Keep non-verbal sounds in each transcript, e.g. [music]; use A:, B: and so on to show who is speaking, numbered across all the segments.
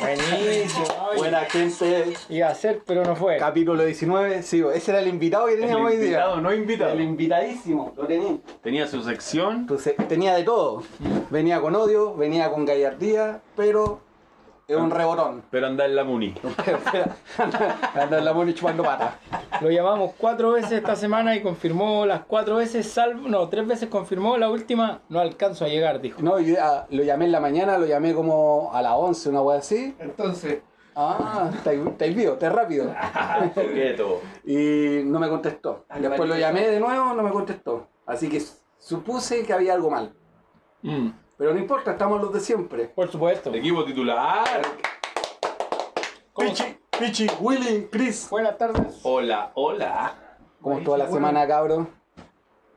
A: Buenísimo. ay.
B: Buena gente.
A: Iba a ser, pero no fue.
B: Capítulo 19. Sigo. Ese era el invitado que teníamos hoy día.
C: invitado, no invitado.
B: El invitadísimo. Lo tenía.
C: Tenía su sección.
B: Entonces, tenía de todo. Venía con odio, venía con gallardía, pero es un rebotón. [laughs]
C: Pero anda en la Muni.
B: Anda en la mona y chupando pata.
A: Lo llamamos cuatro veces esta semana y confirmó las cuatro veces, salvo. No, tres veces confirmó, la última no alcanzo a llegar, dijo.
B: No, yo ah, lo llamé en la mañana, lo llamé como a las 11, una wea así.
D: Entonces,
B: Ah, estáis estáis vivo, estáis rápido.
C: Quieto.
B: Y no me contestó. Después lo llamé de nuevo, no me contestó. Así que supuse que había algo mal.
A: Mm,
B: Pero no importa, estamos los de siempre.
A: por supuesto.
C: Equipo titular.
A: ¿Cómo?
B: Pichi, Pichi, Willy, Chris.
A: Buenas tardes.
C: Hola, hola.
B: Como toda la semana, cabros.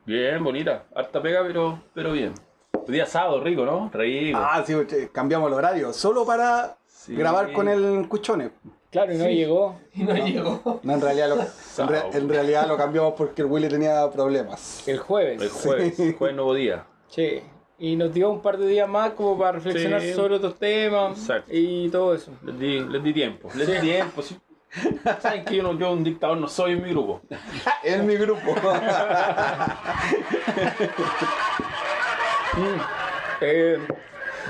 C: Bien, bonita. Harta pega, pero, pero bien. Un día sábado, rico, ¿no? Rico.
B: Ah, sí, eh, cambiamos el horario. Solo para
C: Sí.
B: grabar con el cuchone.
A: Claro, y no llegó.
D: y no, llegó.
B: No, en realidad, lo, en, re- en realidad lo cambiamos porque el Willy tenía problemas.
A: El jueves.
C: el jueves. Jueves nuevo día.
A: Sí. Y nos dio un par de días más como para reflexionar
C: Sí.
A: sobre otros temas
C: Exacto.
A: y todo eso.
C: Les di, les di tiempo. Les di tiempo. sí. Saben que yo, no, yo un dictador no soy en mi
B: [laughs]
C: grupo.
B: En mi grupo.
C: Eh,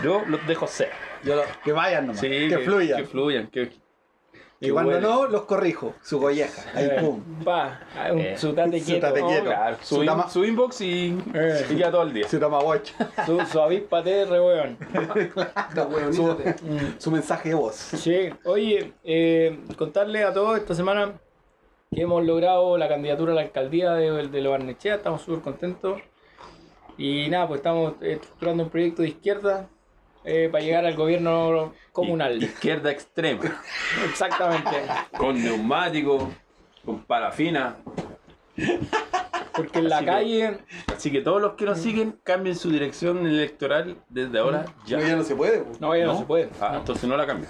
C: yo los dejo ser.
B: [laughs] Yo lo- que vayan nomás.
C: Sí,
B: que, fluya.
C: Que
B: Que,
C: fluyan. Que, que
B: cuando
C: vuelen.
B: no, los corrijo. Su colleja. Ahí, pum.
A: Pa, un
C: Eh.
A: sutate
B: Su
A: quieto.
B: tate quieto.
C: Claro,
B: Su
C: su, in-
B: tama-
C: su inbox y,
A: Eh.
C: y ya todo el día.
B: Su tamagotchi.
A: Su, su avíspate de re weón.
B: Su, mm,
D: Su...
B: su mensaje de voz.
A: Sí, oye, eh, contarle a todos esta semana que hemos logrado la candidatura a la alcaldía de, de Lo Barnechea, estamos súper contentos. Y nada, pues estamos estructurando un proyecto de izquierda eh, para llegar al gobierno comunal.
C: I- Izquierda extrema.
A: [laughs] Exactamente.
C: Con neumático, con parafina.
A: Porque en la
C: Así que-
A: calle,
C: Así que todos los que nos siguen cambien su dirección electoral desde ahora ya.
B: No, ya no se puede. po.
A: no, ya no,
C: ¿No?
A: se puede.
C: Ah, entonces no la cambien.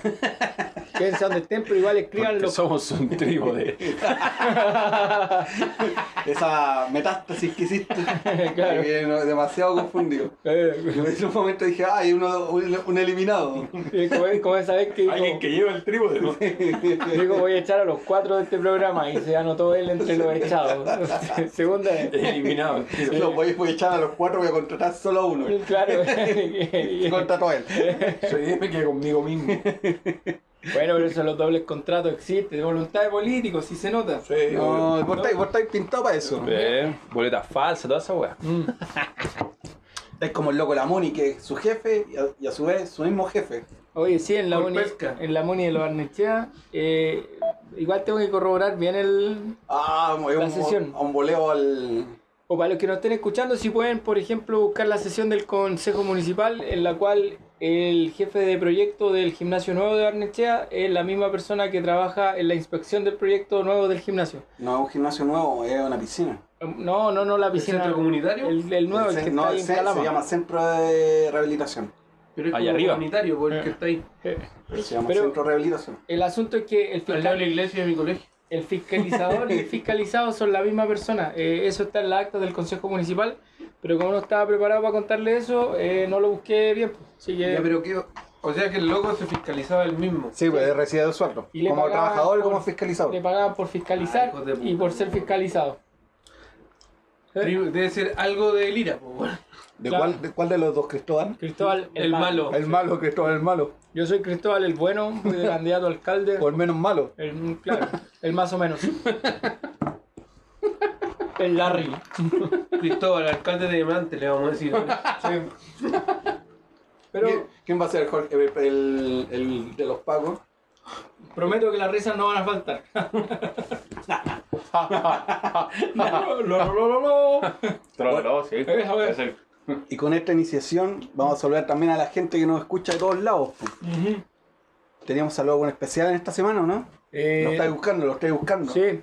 A: Quédense donde estén, pero igual
C: Porque
A: escríbanlo.
C: somos un trigo
A: [laughs]
C: de.
B: Esa metástasis que hiciste.
A: Claro.
B: Me quedé demasiado confundido.
A: [laughs] Eh,
B: Yo en un momento dije, ah, hay uno, un, un eliminado.
A: eh, como, como esa vez que dijo,
C: lleva el trigo de.
A: dijo, voy a echar a los cuatro de este programa y se anotó él entre los echados. [laughs] Segunda vez.
C: [laughs] Eliminado.
B: Los voy, voy a echar a los cuatro, voy a contratar solo a uno.
A: Claro.
B: Y contrató a él.
C: Dime que conmigo mismo.
A: bueno, pero eso los dobles contratos existen, de voluntad de políticos, si se nota.
B: Eh, No, vos estáis, vos estáis pintado para eso.
C: boletas falsas, Eh, toda esa weá.
A: Mm,
B: Es como el loco la Moni, que es su jefe y a, y a su vez su mismo jefe.
A: Oye, sí, en la,
D: Por
A: muni,
D: pesca.
A: en la muni de los Barnechea, eh, igual tengo que corroborar bien el...
B: Ah, es
A: La
B: un,
A: sesión.
B: un voleo al.
A: O para los que nos estén escuchando, si pueden, por ejemplo, buscar la sesión del Consejo Municipal en la cual el jefe de proyecto del gimnasio nuevo de Barnechea es la misma persona que trabaja en la inspección del proyecto nuevo del gimnasio.
B: No es un gimnasio nuevo, es una piscina.
A: No, no, no la piscina.
D: centro comunitario?
A: El, el nuevo, el,
B: El
A: que
B: cen- no,
A: está ahí
B: el
A: en
B: cen-
A: Calama.
B: se llama Centro de Rehabilitación.
D: Pero es
C: Allá
D: como
C: arriba.
D: comunitario, porque está ahí.
A: Eh,
B: Pero se llama
A: Pero-
B: Centro de Rehabilitación.
A: El asunto es que el,
D: Al lado de la
A: fiscal,
D: iglesia de mi colegio.
A: el fiscalizador y el fiscalizado son la misma persona. Eh, eso está en la acta del Consejo Municipal, pero como no estaba preparado para contarle eso, eh, no lo busqué bien. pues. Así que-
D: Ya, pero qué- O sea que el loco se fiscalizaba él mismo.
B: Sí, pues recibe el sueldo.
A: Y le
B: Como
A: pagaban
B: trabajador y
A: por-
B: como fiscalizador.
A: le pagaban por
D: Ah,
A: fiscalizar
D: hijos de puta.
A: y por ser fiscalizado. Eh,
D: Debe ser algo de pues, Lira, po, [laughs] weón.
B: ¿De,
A: Claro.
B: cuál, ¿De cuál de los dos Cristóbal?
A: Cristóbal,
D: El malo.
B: El malo, Cristóbal, el malo.
A: Yo soy Cristóbal el bueno, fui de candidato a alcalde.
B: O el menos malo.
A: El, claro, el más o menos. El Larry.
D: Cristóbal, alcalde de Diamante, le vamos a decir.
A: Sí. Pero
B: ¿Quién- ¿Quién va a ser el, Jorge- el- el- el de los pagos?
A: prometo que las risas no van a
C: [laughs]
A: faltar. Lo, lo, lo, lo, lo.
C: Trololo, sí.
A: Esa weá.
C: Es el-
B: Y con esta iniciación vamos a saludar también a la gente que nos escucha de todos lados. po. Teníamos saludos con especial en esta semana, ¿o ¿no?
A: Eh,
B: lo estáis buscando, lo estáis buscando.
A: Sí,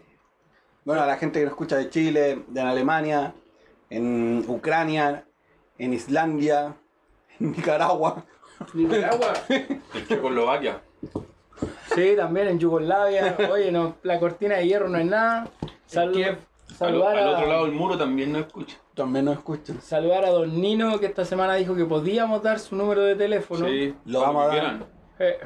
B: Bueno, a la gente que nos escucha de Chile, de Alemania, en Ucrania, en Islandia, en [laughs] Nicaragua.
D: Nicaragua.
C: el Checoslovaquia.
A: sí, también en Yugoslavia. Oye, no, la cortina de hierro no es nada. Salud-
D: Kiev.
A: saludar,
C: al, al
A: a,
C: otro lado del muro también no escucha.
B: También nos escuchan.
A: saludar a don Nino que esta semana dijo que podíamos dar su número de teléfono.
C: Sí,
B: Lo
C: cuando
B: vamos a dar.
C: quieran.
A: Eh,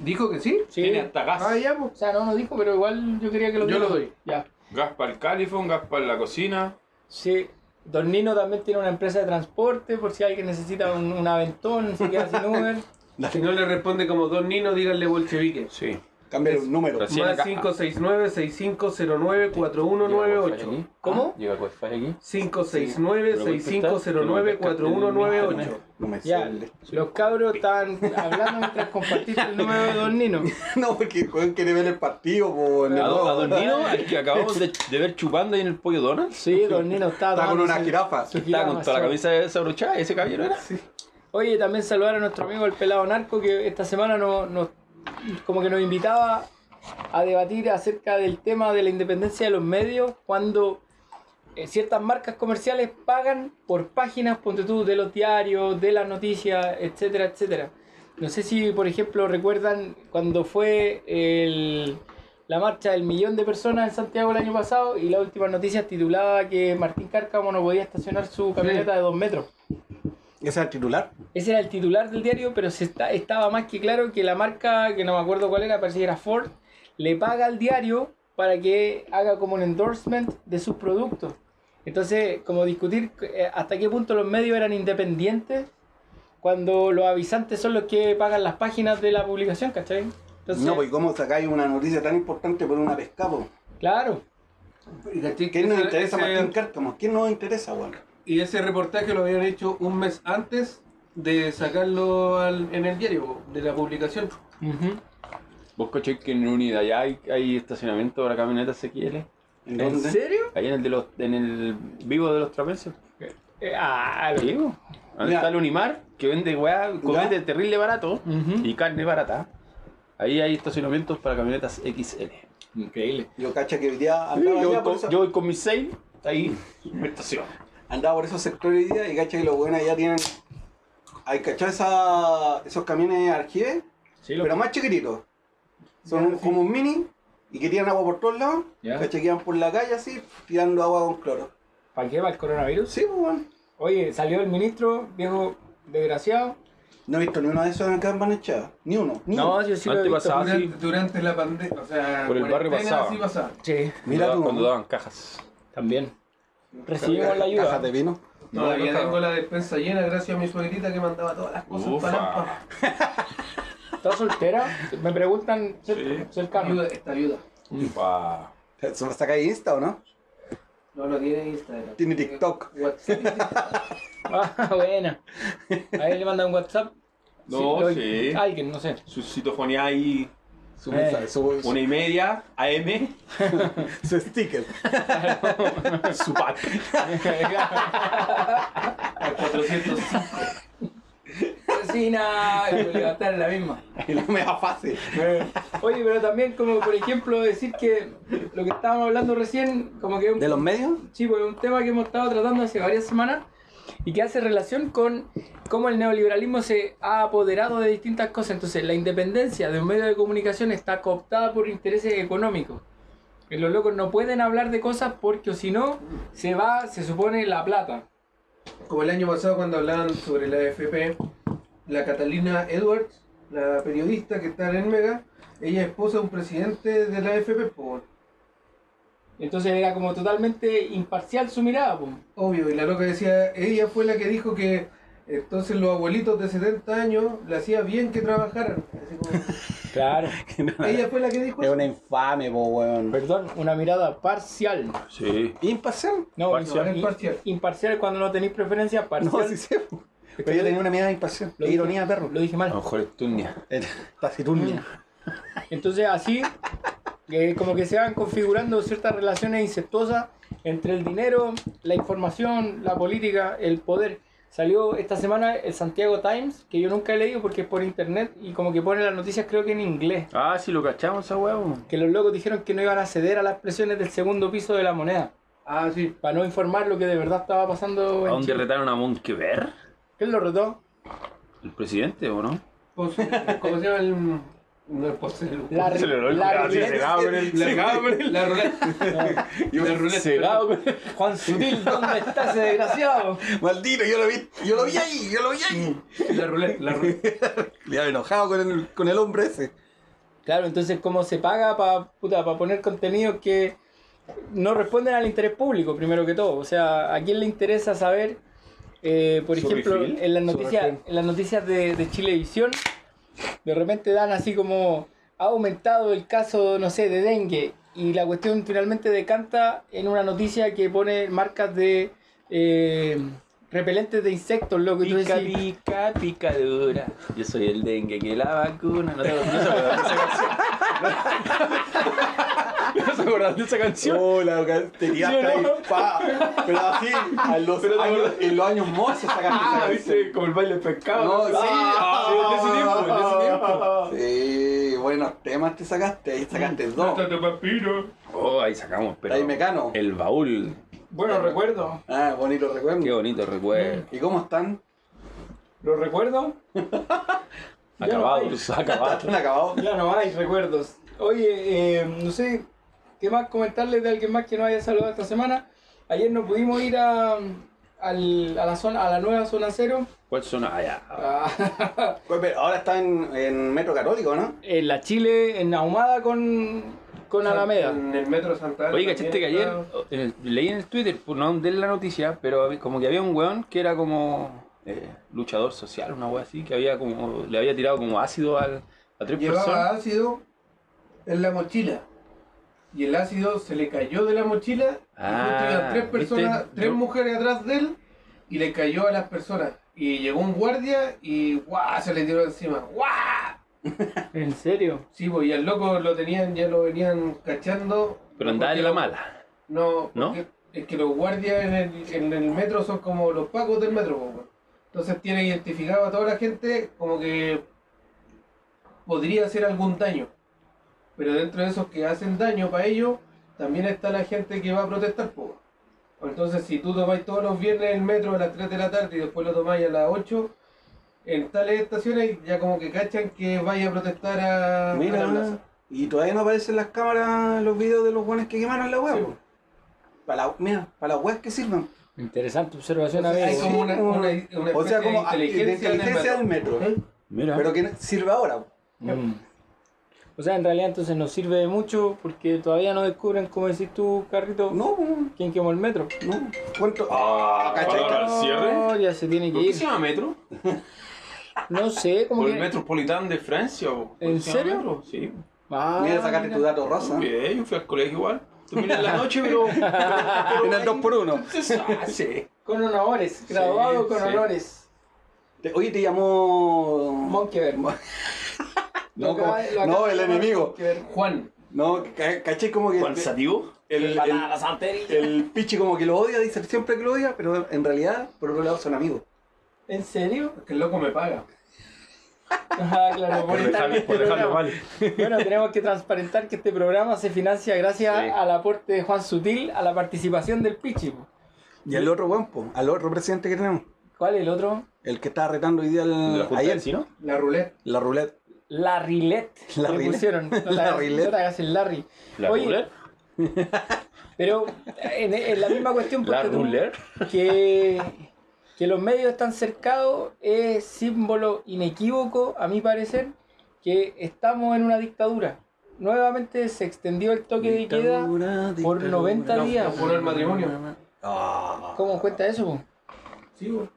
D: ¿Dijo que sí?
A: Sí.
C: Tiene hasta gas.
D: Ah, ya, pues.
A: O sea, no nos dijo, pero igual yo quería que lo
D: Yo
A: diera.
D: lo doy.
A: Ya.
C: Gas para el califón, gas para la cocina.
A: Sí. Don Nino también tiene una empresa de transporte por si alguien necesita un, un aventón, si queda sin Uber.
C: [laughs]
D: Si no le responde como Don Nino, díganle bolchevique.
C: Sí.
B: Cámbiale un número.
C: Así en la
D: Más
C: caja.
D: 569-6509-4198.
A: ¿Cómo?
E: Llega el wifi aquí.
D: 569-6509-4198.
B: No me sé
A: Ya.
B: el-
A: Los cabros estaban hablando mientras compartiste el número de Don Nino.
B: [laughs] No, porque el weón quiere ver el partido, po, en
C: A,
B: el
C: do- a
B: rojo.
C: Don Nino, al que acabamos de, de ver chupando ahí en el pollo Donald.
A: Sí, Don Nino estaba
B: Está con
A: tomando
B: una
A: su-
B: jirafa.
A: su
C: Estaba con toda la
A: jirafa.
C: camisa desabrochada, ese caballero era.
A: Oye, también saludar a nuestro amigo el pelado narco que esta semana nos, nos- como que nos invitaba a debatir acerca del tema de la independencia de los medios cuando eh, ciertas marcas comerciales pagan por páginas, ponte tú, de los diarios, de las noticias, etcétera, etcétera. No sé si, por ejemplo, recuerdan cuando fue el- la marcha del millón de personas en Santiago el año pasado y la última noticia titulaba que Martín Cárcamo no podía estacionar su camioneta de dos metros.
B: ¿Ese es el titular?
A: Ese era el titular del diario, pero se está, estaba más que claro que la marca, que no me acuerdo cuál era, parece que era Ford, le paga al diario para que haga como un endorsement de sus productos. Entonces, como discutir eh, hasta qué punto los medios eran independientes cuando los avisantes son los que pagan las páginas de la publicación, ¿cachai? Entonces,
B: No, pues ¿cómo sacáis una noticia tan importante por una pesca, po?
A: claro,
B: ¿Quién nos interesa
D: Ese-
B: Martín Cárcamo? ¿Quién nos interesa, weón?
D: Y ese reportaje lo habían hecho un mes antes de sacarlo al- en el diario, de la publicación.
C: Vos coche que en Unidad ya hay, hay estacionamiento para camionetas CQL.
B: ¿En
A: ¿En
B: dónde?
A: serio?
C: Ahí en el de los, en el vivo de los trapecios.
A: Eh, ah, lo-
C: Vivo. Ahí
B: Ya.
C: está el Unimar, que vende weá, comete terrible barato
A: Ujú.
C: y carne barata. Ahí hay estacionamientos para camionetas XL.
A: Increíble.
B: Yo cacha que hoy día
C: Sí,
B: andaba,
C: yo, voy
B: allá por
C: con,
B: esa-
C: yo voy con mis seis, ahí me estaciono.
B: andaba por esos sectores hoy día y cacha que los buenos ya tienen. Hay cachar esa, esos camiones Argive,
A: Sí, lo-
B: pero más chiquititos. Son
A: Ya, sí.
B: como un mini y que tiran agua por todos lados.
A: Ya.
B: Cacha que iban por la calle así, tirando agua con cloro.
A: ¿Para qué va el coronavirus?
B: Sí, pues, weón.
A: Oye, salió el ministro, viejo desgraciado.
B: No he visto ni uno de esos acá en Barnechea. Ni uno. Ni uno.
A: No, yo sí lo he visto.
C: Antepasado. Ah, sí.
D: Durante, durante la pandemia, o sea,
C: Por el barrio
D: cuarentena,
C: pasaba.
D: sí pasaba.
A: Sí,
B: Mira
C: cuando,
B: tú,
C: cuando
B: mamá.
C: daban cajas.
A: también. Recibimos la
B: Cajas de
A: ayuda.
B: vino.
D: Todavía
C: no
D: tengo la despensa llena gracias a mi suegrita que mandaba todas las cosas
C: Ufa.
D: para para-
A: ¿Estás soltera? Me preguntan cer- cercano.
D: Ayuda, esta ayuda.
C: Pa.
B: ¿Se saca de Insta o no?
D: No lo tiene Instagram.
B: Tiene TikTok.
D: WhatsApp.
A: Ah, buena. A él le mandan un WhatsApp.
C: No,
A: lo-
C: sí.
A: Alguien, no
E: [laughs]
A: sé.
C: Su citofonía ahí,
B: Su,
A: Eh.
B: mensaje, su, su-
C: una y media, AM,
B: su sticker.
C: [laughs] su pack.
D: A 400.
E: Cocina, y voy a gastar en la misma.
B: [laughs] Y la mega fácil.
A: Oye, pero también como por ejemplo decir que lo que estábamos hablando recién, como que es un
B: ¿De los [laughs] medios?
A: Sí, pues es un tema que hemos estado tratando hace varias semanas y que hace relación con cómo el neoliberalismo se ha apoderado de distintas cosas. Entonces, la independencia de un medio de comunicación está cooptada por intereses económicos. Que Los locos no pueden hablar de cosas porque o si no, se va, se supone, la plata.
D: Como el año pasado cuando hablaban sobre la AFP, la Catalina Edwards, la periodista que está en Mega, ella es esposa de un presidente de la AFP, por
A: Entonces era como totalmente imparcial su mirada. pues.
D: obvio, y la loca decía, ella fue la que dijo que entonces los abuelitos de 70 años le hacía bien que trabajaran. Así
B: [laughs]
D: como,
A: Claro.
D: ella fue la que dijo
B: Es
D: eso.
B: una infame, po, weón.
A: Perdón, una mirada parcial.
C: Sí.
B: ¿Imparcial?
A: No,
C: Parcial.
A: in-
D: Imparcial.
A: Imparcial cuando no tenéis preferencia, parcial.
B: No, sí sé. po. Pero yo tenía una mirada imparcial.
A: Lo
B: Es
A: dije-
B: ironía, perro.
A: Lo dije
C: A
A: mal.
C: lo mejor es Tunia.
B: Eh, Taciturnia.
A: Entonces así, eh, como que se van configurando ciertas relaciones incestuosas entre el dinero, la información, la política, el poder. Salió esta semana el Santiago Times, que yo nunca he leído porque es por internet y como que pone las noticias creo que en inglés.
C: Ah, sí, lo cachamos esa huevo.
A: Que los locos dijeron que no iban a ceder a las presiones del segundo piso de la moneda.
D: Ah, sí.
A: Para no informar lo que de verdad estaba pasando.
C: ¿A
A: en
C: dónde
A: Chile.
C: retaron a Monkever?
A: ¿Quién lo retó?
C: ¿El presidente o no?
D: Pues, ¿Cómo se llama el.? No es pues, Pozzolo.
A: La-
C: Se le
A: la
C: culiao así,
A: ruleta-
C: cegado con Ah, el- cegado con el-
D: La
C: [laughs]
D: ruleta. La ruleta.
C: cegado con el-
A: [laughs] Juan Sutil, ¿dónde está ese desgraciado?
B: [laughs] Maldito, yo lo vi, yo lo vi ahí, yo lo vi ahí.
D: La ruleta. La ruleta.
B: Le había enojado con el, con el hombre ese.
A: Claro, entonces, ¿cómo se paga para poner contenidos que no responden al interés público, primero que todo? O sea, ¿a quién le interesa saber, eh, por
C: ¿Su
A: ejemplo,
C: perfil?
A: en las
B: ¿Su
A: noticias,
B: perfil?
A: en las noticias de, de Chilevisión, de repente dan así como, ha aumentado el caso, no sé, de dengue, y la cuestión finalmente decanta en una noticia que pone marcas de eh, repelentes de insectos, loco, y tú
C: Pica,
A: decís,
C: pica, picadura. Yo soy el dengue que la vacuna. No te acuerdas de esa- de esa canción. [laughs] ¿No te acuerdas de esa canción?
B: Oh, la ca- te tiraste
C: ¿Sí o
B: ahí,
C: no?
B: pa, pero así, a los
C: Pero te
B: años,
C: acordás.
B: en los años mozos sacaste esa
C: Ah,
B: canción.
C: viste, como el baile del pescado.
B: No, sí,
C: Ah,
B: ah,
C: de ese tiempo, de ese tiempo.
B: Sí, buenos temas te sacaste, ahí sacaste dos.
E: Hasta te papiro.
C: Oh, ahí sacamos, pero.
B: Ahí Mecano.
C: El baúl.
E: Bueno, recuerdo.
B: Ah, bonito
C: Qué
B: recuerdo.
C: bonito recuerdo.
B: ¿Y cómo están?
E: ¿Los recuerdos?
C: [laughs] Acabados, acabados.
B: ¿Están acabados?
A: Ya no hay recuerdos. Oye, eh, no sé, ¿qué más comentarles de alguien más que no haya saludado esta semana? Ayer no pudimos ir a, al- a la zona, a la nueva zona cero.
C: ¿Cuál son? Ah, ya.
A: a-
B: Pues, pero ahora están en, en Metro Católico, ¿no?
A: en la Chile, en Ahumada con, con Alameda.
D: Ah, En el metro Santa Ana
C: Oye, ¿cachaste que
D: también
C: ayer oh,
D: está-
C: en el- leí en el Twitter, pues, no de la noticia, pero hab- como que había un weón que era como eh, luchador social, una wea así, que había como le había tirado como ácido al, a tres
D: Llevaba
C: personas.
D: ácido en la mochila. Y el ácido se le cayó de la mochila.
C: Ah,
D: y justo iban tres
C: ¿viste?
D: personas, tres
C: Yo-
D: mujeres atrás de él. Y le cayó a las personas. Y llegó un guardia y ¡guau! se le tiró encima. ¡guau!
A: ¿En serio?
D: Sí, pues, y al loco lo tenían, ya lo venían cachando.
C: Pero andaba en
D: Porque-
C: la mala.
D: No,
C: ¿No?
D: porque es que los guardias en el, en el metro son como los pacos del metro, po, weón. entonces tiene identificado a toda la gente como que podría hacer algún daño. Pero dentro de esos que hacen daño para ellos, también está la gente que va a protestar, po, weón. Entonces, si tú tomáis todos los viernes el metro a las 3 de la tarde y después lo tomáis a las 8, en tales estaciones ya como que cachan que vaya a protestar a, a la Ah, plaza.
B: Mira, y todavía no aparecen las cámaras los videos de los guanes que quemaron la
D: Sí.
B: hueá. Para la, mira, para las hueas que sirven.
A: Interesante observación,
D: Hay
A: amigo.
D: como una, una, una especie
B: O sea, como
D: de
B: ah, de
D: inteligencia, en el
B: inteligencia del
D: metro.
B: metro.
D: ¿Eh?
C: Mira.
B: Pero que no- sirve ahora.
A: Mm. O sea, en realidad entonces nos sirve de mucho porque todavía no descubren, como decís tú, Carrito,
B: No, no.
A: quién quemó el metro.
B: ¿Cuánto? Ah, ¿cachai?
C: ahora. ¿Para el cierre?
A: No, ya se tiene que
E: ¿Por qué
A: ir.
E: se llama metro?
A: No sé, como
E: Por
A: que-
E: el Metropolitán de Francia. po. ¿Por
A: ¿En
E: qué se llama
A: serio?
E: metro? Sí.
A: Ah,
B: Mira, sacaste tu dato rosa.
E: Bien, yo fui al colegio igual.
C: [laughs]
E: Terminé en la noche, pero.
B: En el 2x1.
E: Entonces, ah, sí.
A: Con honores, graduado con
E: sí.
A: honores.
B: Oye, te llamó.
A: Monkeberg.
B: [laughs] No,
A: Lo
B: como-
A: acaba- lo
B: no
A: acaba
B: el
A: de llamar
B: enemigo.
A: Monkeberg.
D: Juan,
B: No, ca- ¿cachai? Como que.
E: Juan Sativo.
B: El, el,
E: santería.
B: el pichi como que lo odia, dice siempre que lo odia, pero en realidad, por otro lado, son amigos.
A: ¿En serio? [laughs]
D: que el loco me paga.
A: Ah, claro, por estar
C: Por
A: en
C: dejarlo,
A: este
C: por dejarlo
A: programa.
C: mal.
E: Ah,
A: Bueno, tenemos que transparentar que este programa se financia gracias
C: Sí.
A: al aporte de Juan Sutil a la participación del Pichi. po.
B: Y al otro guampo, al otro presidente que tenemos,
A: ¿Cuál el otro?
B: el que estaba retando hoy día
C: ¿De la
B: al,
C: Junta de
B: ayer,
C: Vecinos?
D: La ruleta.
B: la ruleta.
A: La Rilette.
B: La
A: le
B: Rilette.
A: pusieron. No te
B: La
A: hagas-
B: Rilette.
A: no te hagas el Larry.
C: ¿La
A: Oye,
C: ruler?
A: Pero eh, en, en la misma cuestión
C: ¿La
A: ponte tú,
C: ruler?
A: que, que los medios están cercados es símbolo inequívoco, a mi parecer, que estamos en una dictadura. Nuevamente se extendió el toque de queda. por 90
D: No,
A: días.
D: no juró el matrimonio.
B: Ah.
A: ¿Cómo cuenta eso? po?
D: Sí, bo.
C: O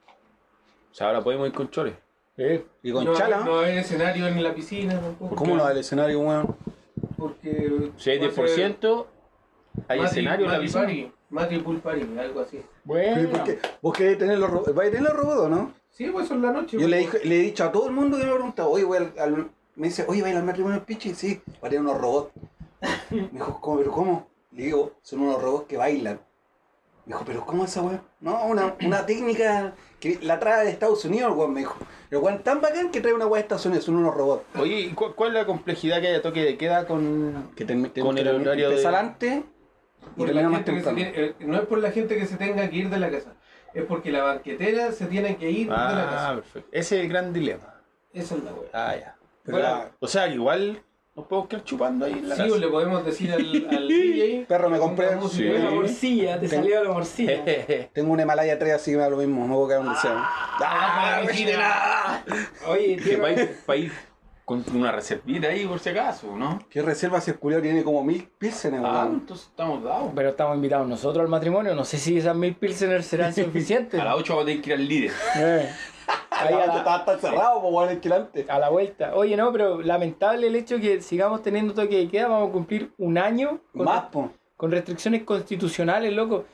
C: sea, ahora podemos ir con chores.
B: Y con
D: no,
B: Chala,
D: No hay escenario en la piscina tampoco.
B: ¿cómo no va el escenario, weón?
D: Porque.
C: Si hay 10%, hay escenario en la piscina.
D: piscina. Matri pool party, algo así.
B: Sí,
A: Bueno,
B: porque vos querés tener los robots, vais a tener los robots, ¿no?
D: Sí, pues son la noche.
B: Yo
D: bo.
B: le, dije- le he dicho a todo el mundo que me ha preguntado, oye, voy al, al- me dice, oye, va a ir al matrimonio del pichi, sí, va a tener unos
A: [laughs]
B: robots. Me dijo, ¿cómo, pero cómo? Le digo, son unos robots que bailan. Me dijo, pero ¿cómo esa weá? No, una, una técnica que la trae de Estados Unidos, el weón, me dijo. El weón tan bacán que trae una weá de Estados Unidos, son unos robots.
C: Oye, ¿y cu- ¿cuál es la complejidad que hay a toque de queda con
B: Que termi- tenemos
C: Con el
B: que termi-
C: horario de-
B: empezar antes y
D: Por la
B: terminar más
D: gente que se
B: temprano.
D: tiene- eh, no es por la gente que se tenga que ir de la casa. Es porque la banquetera se tiene que ir de la
C: Ah,
D: casa.
C: perfecto. Ese es el gran dilema.
D: Esa es la wea.
C: Ah, ya.
B: Pero
D: Bueno,
B: la-
C: O sea, igual nos podemos quedar chupando ahí en la
D: Sí,
C: casa.
D: o le podemos decir al,
B: [laughs]
D: al DJ.
B: Perro, me compré.
D: ponga música.
A: la
C: Sí.
A: morcilla, te
B: Ten-
A: salió la morcilla.
B: Tengo una Himalaya 3, así que me da lo Ah, mismo, me voy a quedar donde sea.
D: Ah, la piscina.
A: Oye,
C: Que
A: Diego,
C: país, país
E: Con una reservita ahí, por si acaso, ¿no?
B: ¿Qué reserva si el culiao tiene como mil pilsenes,
E: Ah,
B: weón?
E: entonces estamos dados.
A: Pero estamos invitados nosotros al matrimonio. No sé si esas mil pilsener serán suficientes.
E: A las 8 vamos a tener que ir al líder.
A: Eh, ahí a la-
B: Está está cerrado, po, weón, alquilante.
A: a la vuelta. Oye, no, pero lamentable el hecho que sigamos teniendo toque de queda. Vamos a cumplir un año con,
B: Más, pues, po.
A: con restricciones constitucionales, loco.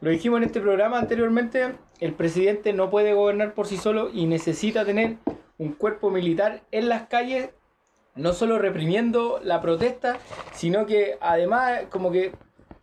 A: Lo dijimos en este programa anteriormente. El presidente no puede gobernar por sí solo y necesita tener un cuerpo militar en las calles, no solo reprimiendo la protesta, sino que además como que
E: Oye,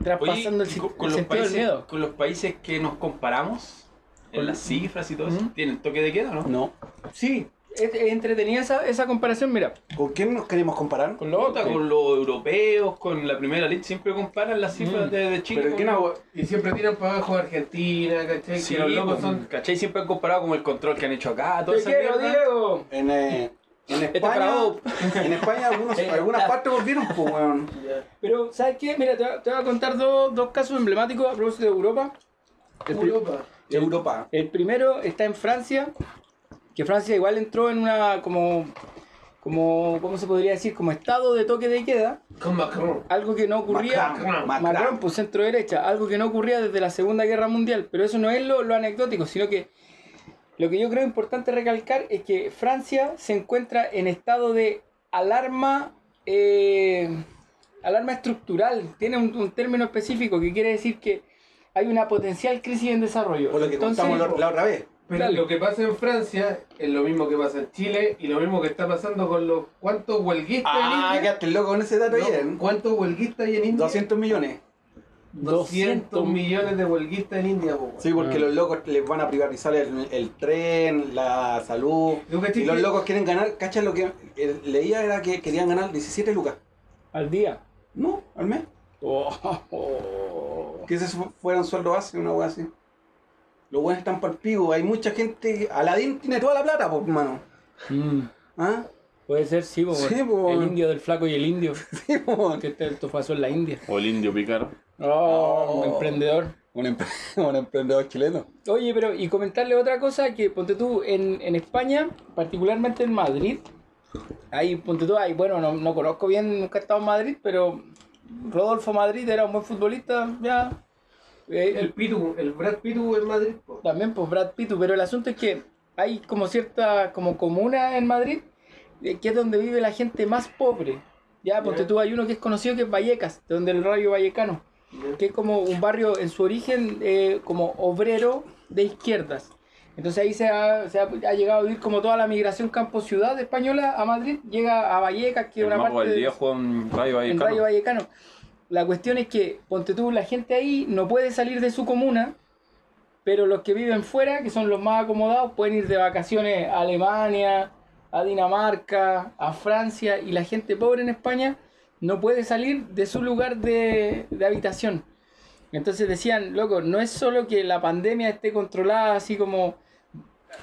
A: traspasando el,
E: y
A: si-
E: con,
A: el
E: con los
A: sentido
E: países,
A: del miedo.
E: con los países que nos comparamos, en las cifras y todo eso,
A: Ujú.
E: ¿tienen toque de queda, no?
B: No.
A: Sí, es, es entretenida esa, esa comparación, mira.
B: ¿Con quién nos queremos comparar?
A: Con los
E: Puta, Con los europeos, con la primera ley, siempre comparan las cifras
A: Mm.
E: de, de Chile.
B: Pero
E: con-
B: ¿quién hago?
D: Y siempre tiran para abajo a Argentina, ¿cachai?
E: Sí,
D: que los locos
E: pues,
D: son.
E: ¿Cachai? Siempre han comparado con el control que han hecho acá, toda
A: ¡Te
E: esa
A: quiero,
E: mierda.
A: Diego!
B: En, eh, en
A: para
B: España,
A: vos.
B: en España algunos, algunas partes volvieron, po, weón.
A: Pero, ¿sabes qué? Mira, te, va- te voy a contar dos, dos casos emblemáticos a propósito de Europa. El, pri-
D: Europa.
B: Europa.
A: el primero está en Francia, que Francia igual entró en una como, como, ¿cómo se podría decir? Como estado de toque de queda,
D: Con Macron.
A: algo que no ocurría...
B: Macron,
A: Macron,
B: Macron.
A: pues centro derecha, algo que no ocurría desde la Segunda Guerra Mundial, pero eso no es lo, lo anecdótico, sino que lo que yo creo importante recalcar es que Francia se encuentra en estado de alarma, eh, alarma estructural, tiene un, un término específico que quiere decir que hay una potencial crisis en desarrollo.
B: Por lo que
A: Entonces,
B: contamos la, la otra vez.
D: Pero
A: Dale.
D: lo que pasa en Francia es lo mismo que pasa en Chile y lo mismo que está pasando con los. ¿Cuántos huelguistas
B: Ah,
D: en India?
B: quedaste loco con ese dato
D: No,
B: ayer. ¿no?
D: ¿Cuántos huelguistas hay en India?
B: 200 millones.
D: 200 millones de huelguistas en India, po, weón.
B: Sí, porque
A: Ah.
B: los locos les van a privatizar el, el tren, la salud.
D: Yo caché
B: Y los
D: que-
B: locos quieren ganar, cacha lo que eh, leía era que querían ganar 17 lucas.
A: al día.
B: No, al mes. Que ese fu- fuera un sueldo base, una wea así. Los buenos están para el pico, hay mucha gente. Aladín tiene toda la plata, pues, hermano.
A: Mm,
B: ¿Ah? [laughs]
A: Puede ser, sí, po,
B: Sí,
A: weón.
B: po.
A: el indio del flaco y el indio,
B: Sí, pues.
A: que este esto pasó en la India.
C: O el indio picaro.
A: Oh,
B: Oh.
A: emprendedor.
B: Un, empre- [laughs] un emprendedor chileno.
A: Oye, pero y comentarle otra cosa que ponte tú en, en España, particularmente en Madrid, ahí ponte tú, ahí bueno, no, no conozco bien, nunca he estado en Madrid, pero Rodolfo Madrid era un buen futbolista, ya. eh,
D: El
A: el-
D: Pitu, el Brad Pitu en Madrid, po.
A: también pues Brad Pitt, pero el asunto es que hay como cierta como comuna en Madrid eh, que es donde vive la gente más pobre. Ya, ponte
D: Ya.
A: tú, hay uno que es conocido que es Vallecas, de donde el Rayo Vallecano que es como un barrio en su origen eh, como obrero de izquierdas. Entonces ahí se ha, se ha- ha llegado a vivir como toda la migración campo-ciudad española a Madrid, llega a Vallecas, que es
C: El
A: una
C: mago
A: parte
C: del
A: de-
C: día juega un rayo
A: en
C: vallecano.
A: Rayo Vallecano. La cuestión es que, ponte tú, la gente ahí no puede salir de su comuna, pero los que viven fuera, que son los más acomodados, pueden ir de vacaciones a Alemania, a Dinamarca, a Francia, y la gente pobre en España no puede salir de su lugar de, de habitación. Entonces decían, loco, no es solo que la pandemia esté controlada así como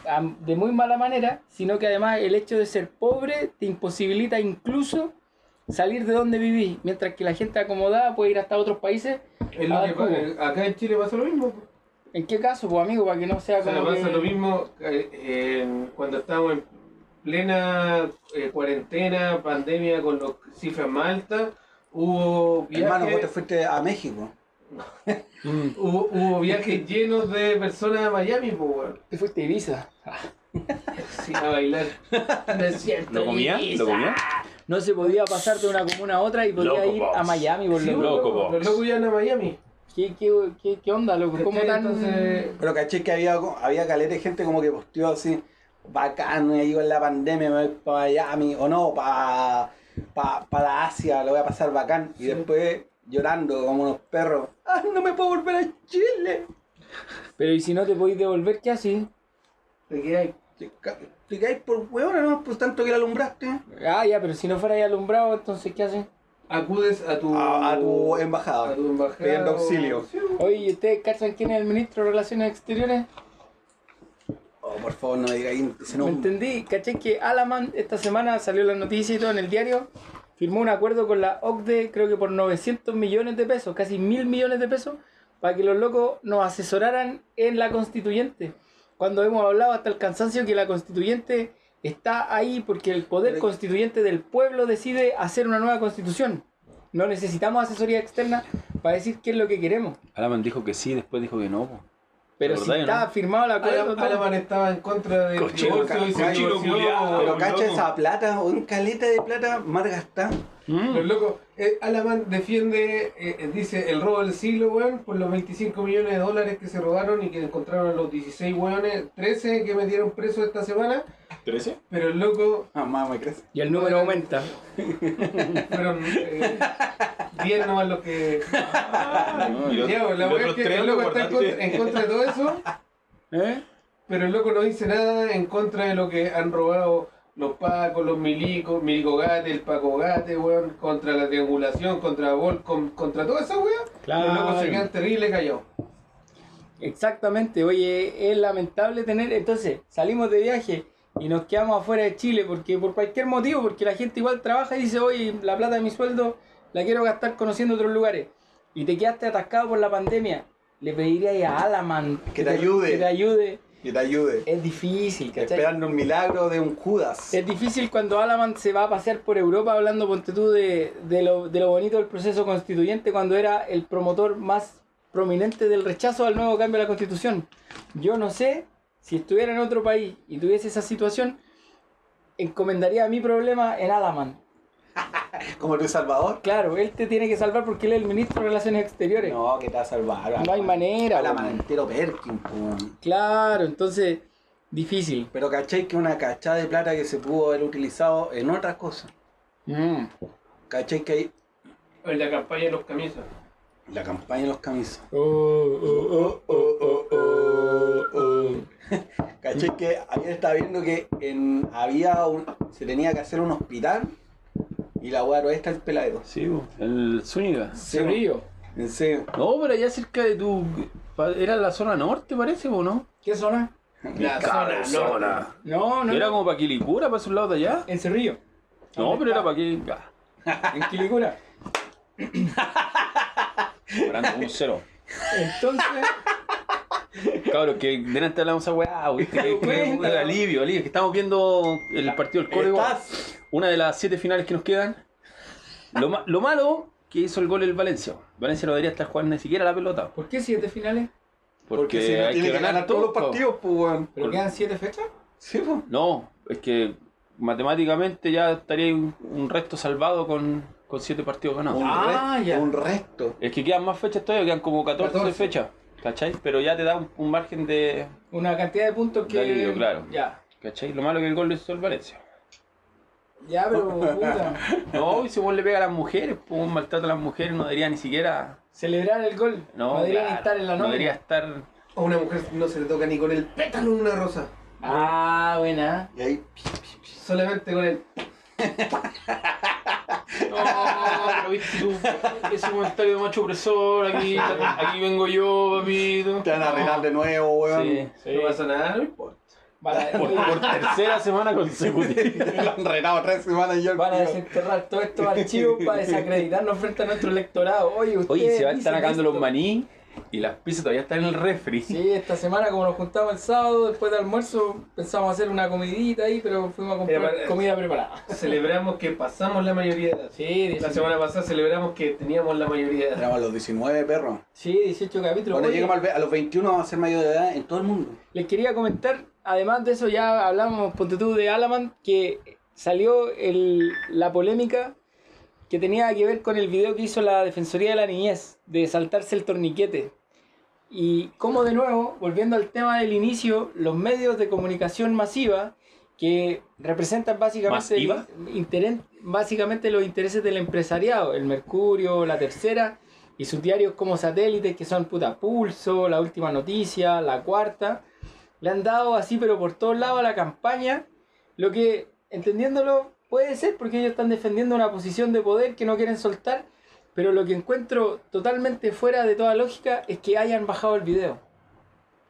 A: a- de muy mala manera, sino que además el hecho de ser pobre te imposibilita incluso salir de donde vivís, mientras que la gente acomodada puede ir hasta otros países.
D: Es lo
A: Ah,
D: que
A: ¿cómo?
D: pasa- Acá en Chile pasa lo mismo, po.
A: ¿En qué caso, pues amigo, para que no sea
D: O sea,
A: como
D: pasa
A: que-
D: lo mismo eh, en- cuando estamos en plena eh, cuarentena, pandemia, con las cifras más altas, hubo
B: Hermano, vos te
D: viajes,
B: fuiste a México.
A: Mm.
D: hubo, hubo viajes llenos de personas a Miami, po, weón.
A: Te fuiste a Ibiza.
D: Sí, a bailar. [laughs] Me siento
C: ¿Lo comía?
D: Ibiza.
C: ¿Lo comía?
A: No se podía pasar de una comuna a otra y podía
C: Loco
A: ir
C: box.
A: a Miami, por
D: Sí,
A: loco.
C: loco.
D: po, Los locos iban a Miami.
A: ¿Qué, qué, qué, qué onda, loco? ¿Cómo
D: ¿Cachai?
A: tan...?
D: Entonces,
B: Pero caché que había, había caleta de gente como que posteó así, bacán, me digo en la pandemia, me voy para Miami, o no, para, para, Asia, lo voy a pasar bacán. Y después llorando como unos perros, ah, no me puedo volver a Chile.
A: Pero ¿y si no te podéis devolver, qué haces?
D: te quedas
B: Te ca- te caes por huevona, ¿no? Pues tanto que la alumbraste.
A: Ah, ya, pero si no fuera ahí alumbrado, entonces ¿qué haces?
D: acudes a tu,
B: A, a tu
D: a
B: embajada.
D: tu embajada
B: pidiendo
D: o-
B: auxilio.
D: Sí, po.
A: Oye, ¿y ustedes cachan quién es el ministro de Relaciones Exteriores?
B: Oh, por favor, no digas ahí ese
A: Me
B: nombre.
A: entendí, caché que Alaman esta semana salió la noticia y todo en el diario. Firmó un acuerdo con la OCDE, creo que por 900 millones de pesos, casi mil millones de pesos, para que los locos nos asesoraran en la constituyente. Cuando hemos hablado hasta el cansancio que la constituyente Está ahí porque el poder
B: Pero-
A: constituyente del pueblo decide hacer una nueva constitución. No necesitamos asesoría externa para decir qué es lo que queremos.
C: Alaman dijo que sí, después dijo que no. po.
A: Pero
C: ¿Te
A: si
C: acordáis,
A: está
C: no?
A: firmado el acuerdo,
D: Alam-
A: todo-
D: Alaman estaba en contra del
C: Cochino,
D: divorcio y se
B: ca- cochino
D: divorció,
E: culiao,
D: weón.
B: Pero
E: loco.
B: cacha esa plata, un caleta de plata mal gastada.
E: Mm.
D: Pero
A: Mm.
D: loco, eh, Alaman defiende, eh, eh, dice, el robo del siglo, weón, por los 25 millones de dólares que se robaron y que encontraron a los 16 weones, 13 que metieron preso esta semana,
E: ¿13?
D: pero el loco
B: Ah, mamá, me crece.
A: y el número aumenta.
D: [laughs] fueron eh, 10 nomás los que...
E: No, [laughs] y los-
D: Ya, weón, la
E: y los
D: weá es
E: otros
D: que
E: tres
D: el
E: los
D: loco está en
E: guardaste.
D: contra, en contra de todo eso,
C: ¿Eh?
D: pero el loco no dice nada en contra de lo que han robado los pacos, los milicos, milico gate, el paco gate, weón, contra la triangulación, contra Volcom, contra toda esa weá. Los locos se quedan terrible callados.
A: Exactamente, oye, es lamentable tener. Entonces, salimos de viaje y nos quedamos afuera de Chile porque por cualquier motivo, porque la gente igual trabaja y dice, oye, la plata de mi sueldo la quiero gastar conociendo otros lugares. Y te quedaste atascado por la pandemia. Le pediría ahí a Alaman
B: Que te ayude.
A: Que te ayude.
B: Que te ayude.
A: Es difícil, ¿cachai?
B: Esperando un milagro de un Judas.
A: Es difícil cuando Alaman se va a pasear por Europa hablando, ponte tú, de, de lo, de lo bonito del proceso constituyente cuando era el promotor más prominente del rechazo al nuevo cambio de la constitución. Yo no sé si estuviera en otro país y tuviese esa situación, encomendaría mi problema en Alaman.
B: Como tu salvador.
A: Claro, él te tiene que salvar porque él es el ministro de Relaciones Exteriores.
B: No, que te va a salvar.
A: No hay manera,
B: La
A: weón.
B: entero Perkin, po, weón.
A: Claro, entonces, difícil.
B: Pero cachai que una cachada de plata que se pudo haber utilizado en otras cosas.
C: Mm.
B: Cachai que hay
D: En la campaña de los camisas.
B: la campaña de los camisas.
A: Oh, oh, oh, oh, oh, oh.
B: Caché que ayer estaba viendo que en, había un, se tenía que hacer un hospital y la weá esta el peladero.
C: Sí, po. el Zúñiga.
B: Sí,
A: Se río.
B: En serio.
C: No, pero allá cerca de tu. pa- Era la zona norte, parece, ¿o no?
A: ¿Qué zona?
D: La
C: Claro,
D: zona, ¿no?
A: No, no.
C: Era
A: no.
C: como para Quilicura, para esos lados de allá.
A: En Cerrillo.
C: No, pero era para que. Ah,
A: En Quilicura.
C: cobrando un cero.
A: Entonces,
C: Cabros, que delante hablamos esa weá, güey, que- que-
A: Cuéntalo.
C: que- alivio, alivio, que estamos viendo el partido del Córdoba.
B: Estás.
C: Una de las siete finales que nos quedan. Lo, ma- lo malo que hizo el gol el Valencia. Valencia no debería estar jugando ni siquiera la pelota.
A: ¿por qué siete finales?
C: Porque, hay que ganar,
B: todos los
C: todo.
B: partidos, pues weón.
A: ¿Pero
C: Col-
A: quedan siete fechas?
B: Sí, pues.
C: No, es que matemáticamente ya estaría un, un resto salvado con, con siete partidos ganados.
B: Un,
A: Ah,
B: resto,
A: ya.
B: un resto.
C: Es que quedan más fechas todavía, quedan como 14,
D: 14.
C: fechas. ¿Cachai? Pero ya te da un, un margen de.
A: Una cantidad de puntos que.
C: De alivio, claro.
A: Ya.
C: ¿Cachai? Lo malo que el gol lo hizo el Valencia.
A: Ya, pero
D: [laughs]
A: puta.
C: No, y si vos le pega a las mujeres, pues maltrata a las mujeres, no debería ni siquiera.
A: Celebrar el gol.
C: No,
A: deberían
C: claro,
A: estar en la
C: No debería
A: nómina.
C: estar.
D: A una mujer no se le toca ni con el pétalo una rosa,
A: ah, buena.
B: Y ahí,
D: solamente con el.
C: No, pero viste tú, ese comentario de macho opresor, aquí, aquí vengo yo, papito.
B: te van a arreglar de nuevo, weón.
C: Sí.
D: No pasa nada, no importa.
A: Van a,
C: Por, por tercera semana consecutiva.
B: Te [laughs] lo han renado tres semanas y yo.
A: [laughs] van a desenterrar todos estos archivos para desacreditarnos frente a nuestro electorado. Oye, ustedes
C: Oye, se van a
A: dicen
C: estar sacando los
A: esto.
C: maní y las pizzas todavía están en el refri.
A: Sí, esta semana como nos juntamos el sábado, después de almuerzo, pensamos hacer una comidita ahí, pero fuimos a comprar
D: Era para-
A: comida preparada.
D: Celebramos que pasamos la mayoría de edad.
A: Sí,
D: La
A: 18,
D: semana pasada celebramos que teníamos la mayoría de edad.
B: Éramos los 19, perro.
A: sí, 18 capítulos.
B: Cuando
A: Oye,
B: lleguemos al ve- a los 21 vamos a ser mayor de edad en todo el mundo.
A: Les quería comentar, además de eso ya hablamos, ponte tú, de Alaman, que salió el- la polémica que tenía que ver con el video que hizo la Defensoría de la Niñez, de saltarse el torniquete. Y como de nuevo, volviendo al tema del inicio, los medios de comunicación masiva, que representan básicamente, el
C: ¿Masiva?
A: interen- básicamente los intereses del empresariado, el Mercurio, la Tercera, y sus diarios como satélites, que son puta pulso, la última noticia, la cuarta, le han dado así, pero por todos lados a la campaña, lo que, entendiéndolo, puede ser porque ellos están defendiendo una posición de poder que no quieren soltar, pero lo que encuentro totalmente fuera de toda lógica es que hayan bajado el video.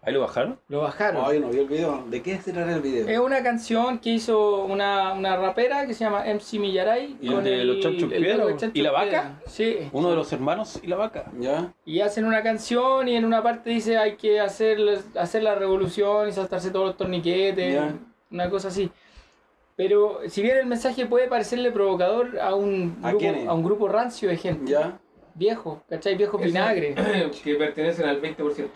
C: Ahí lo bajaron.
A: Lo bajaron.
B: Ay, no vi el video. ¿De qué se trata el video?
A: Es una canción que hizo una, una rapera que se llama MC Millaray.
C: ¿Y el de los chanchos
A: el
C: piedra,
A: logo de
C: o-
A: chanchos
C: y la vaca?
A: piedra. Sí.
C: Uno de los hermanos y la vaca.
B: ¿Ya?
A: Y hacen una canción y en una parte dice hay que hacer, hacer la revolución y saltarse todos los torniquetes.
B: Ya.
A: Una cosa así. Pero si bien el mensaje puede parecerle provocador a un
B: ¿A
A: grupo,
B: quiénes?
A: a un grupo rancio de gente,
B: ¿Ya?
A: viejo, ¿cachai? Viejo
D: Eso-
A: vinagre.
D: [clears throat] que pertenecen al 20%.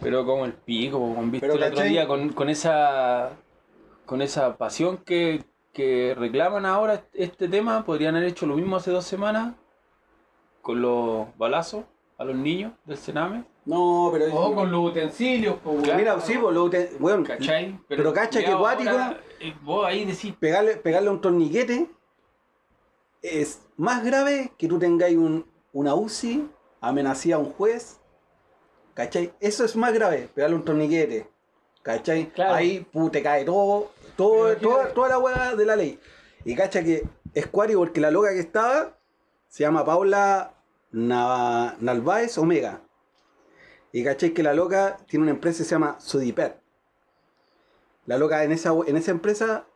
C: Pero como el pico, po, con viste
B: Pero,
C: el otro
B: ¿cachai?
C: día con, con esa con esa pasión que, que reclaman ahora este tema, podrían haber hecho lo mismo hace dos semanas con los balazos a los niños del Sename.
B: No, pero.
D: O con los utensilios, po, weón.
B: Mira, sí, vos, luego te- weón,
C: ¿Cachai?
B: Pero cacha
C: ya
B: que
C: ahora,
B: cuático.
C: eh, Vos ahí decís,
B: pegarle, pegarle un torniquete es más grave que tú tengáis un, una UCI, amenacía a un juez. ¿Cachai? Eso es más grave, pegarle un torniquete. ¿Cachai?
A: Claro.
B: Ahí pu, te cae todo, todo
D: Pero
B: toda,
D: imagínate.
B: toda la hueá de la ley. Y cacha que es cuático porque la loca que estaba se llama Paula Nava- Narváez Omega. Y cachai que la loca tiene una empresa que se llama Sudipet. La loca en esa, en esa empresa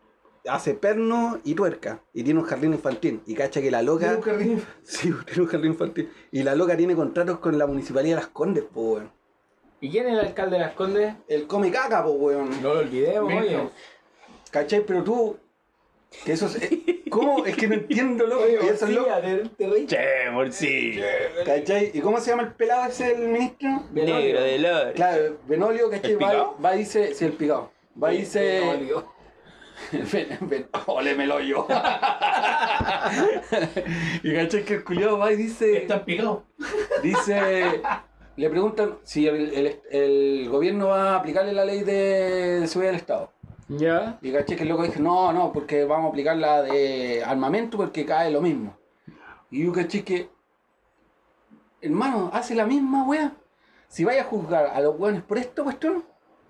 B: hace perno y tuerca. Y tiene un jardín infantil. Y cacha que la
D: Tiene
B: loca.
D: un jardín.
B: [laughs] Sí, tiene un jardín infantil. Y la loca tiene contratos con la municipalidad de Las Condes, po weón.
A: ¿Y quién es el alcalde de Las Condes?
B: El come caca, po weón.
A: No lo olvidemos,
D: Milton.
A: oye.
B: ¿Cachai? Pero tú. Que eso es. eh, ¿Cómo? Es que
D: [laughs]
B: no entiendo, loco. Y eso es loco.
A: Porfía, te, te reí.
C: che, por sí.
B: ¿Cachai? ¿Y cómo se llama el pelado ese, el ministro?
C: Negro de lore.
B: Claro, Benolio, ¿cachai?
C: ¿El
B: Va,
C: picao?
B: va y dice. Sí, el picado. Va y dice.
A: Benolio.
B: [laughs] Ven, ven, ole, me lo yo. [laughs] y cachai que el culiado va y dice.
D: Están picados.
B: Dice, le preguntan si el, el- el gobierno va a aplicarle la ley de, de seguridad del Estado.
A: Ya.
B: Y caché que el loco dice, no, no, porque vamos a aplicar la de armamento porque cae lo mismo. Y yo caché que, hermano, hace la misma wea. Si vaya a juzgar a los weones por esta cuestión,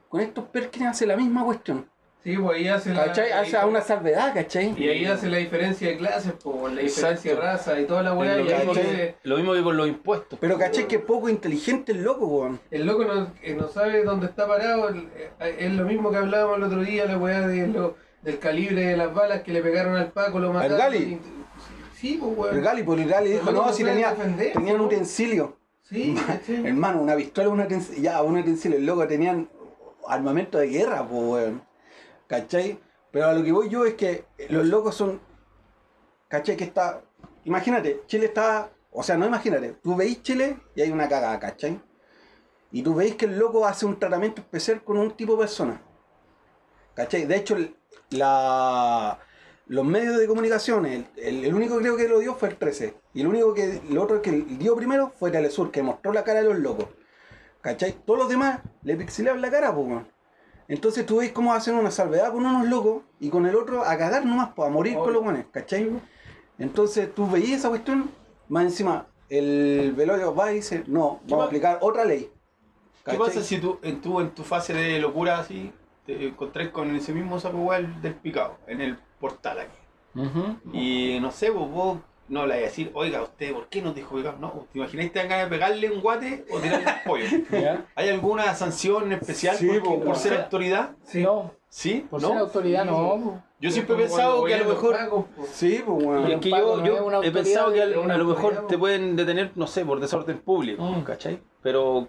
B: con estos Perkins hace la misma cuestión.
D: Sí, pues ahí hace la.
B: ¿Cachai? Hace una salvedad, ¿cachai?
D: Y ahí hace la diferencia de clases, po, la diferencia de
C: Exacto.
D: raza y toda la weá.
C: Lo
D: Y ahí
C: mismo,
B: ¿cachai?
D: dice,
C: que, lo mismo que con los impuestos.
B: Pero caché que poco inteligente el loco, weón.
D: el loco no, eh, no sabe dónde está parado. el- eh, Es lo mismo que hablábamos el otro día, la weá de lo- del calibre de las balas que le pegaron al Paco, lo mataron.
B: Gali?
D: Sí, pues weón.
B: El Gali, por el Gali dijo,
D: Pero
B: no,
D: no
B: si
D: puede
B: tenía,
D: defenderse,
B: tenían
D: ¿no?
B: utensilio.
D: Sí,
B: [laughs]
D: ¿cachai?
B: Hermano, una pistola, una ya, un utensilio, el loco tenían armamento de guerra, pues, weón. ¿Cachai? Pero a lo que voy yo es que los locos son. ¿Cachai? Que está. Imagínate, Chile está. O sea, no imagínate, tú veis Chile y hay una cagada, ¿cachai? Y tú veis que el loco hace un tratamiento especial con un tipo de persona. ¿Cachai? De hecho, el- la, los medios de comunicación, el, el- el único creo que lo dio fue el 13. Y el único que, el otro que dio primero fue Telesur, que mostró la cara de los locos. ¿Cachai? Todos los demás le pixelaron la cara, pues, weón. Entonces tú veis cómo hacen una salvedad con unos locos y con el otro a cagar nomás, pues, a morir con
D: Obvio.
B: los guanes, ¿cachai? Entonces tú veías esa cuestión, más encima el velorio va y dice, no, vamos a
E: pa-
B: aplicar otra ley.
E: ¿Qué pasa si tú en, tu, en tu fase de locura así te encontrás con ese mismo saco igual del picado en el portal aquí?
A: Ujú.
E: Y no sé, vos, vos no le vas a decir, oiga, usted, ¿por qué nos dijo picado? No, ¿te imagináis que te dan ganas de pegarle un guate o tirarle un
B: [laughs]
E: pollo?
A: Ya.
E: ¿Hay alguna sanción especial
B: Sí,
E: porque-
B: po,
E: por
B: weón.
E: ser autoridad?
D: Sí.
A: No,
E: ¿Sí?
A: por
E: ¿No?
A: ser autoridad no.
E: Yo siempre he
D: Como
E: pensado
D: cuando
E: que a lo
D: veían los
E: mejor...
D: Pacos, po.
B: Sí, pues, weón.
C: Es que
A: Pago
C: yo,
A: no
C: yo
A: es una
C: he
A: autoridad,
C: pensado que al-
D: es una
C: a lo mejor
D: autoridad,
C: te
D: po.
C: pueden detener, no sé, por desorden público,
D: Mm.
C: ¿cachai? Pero,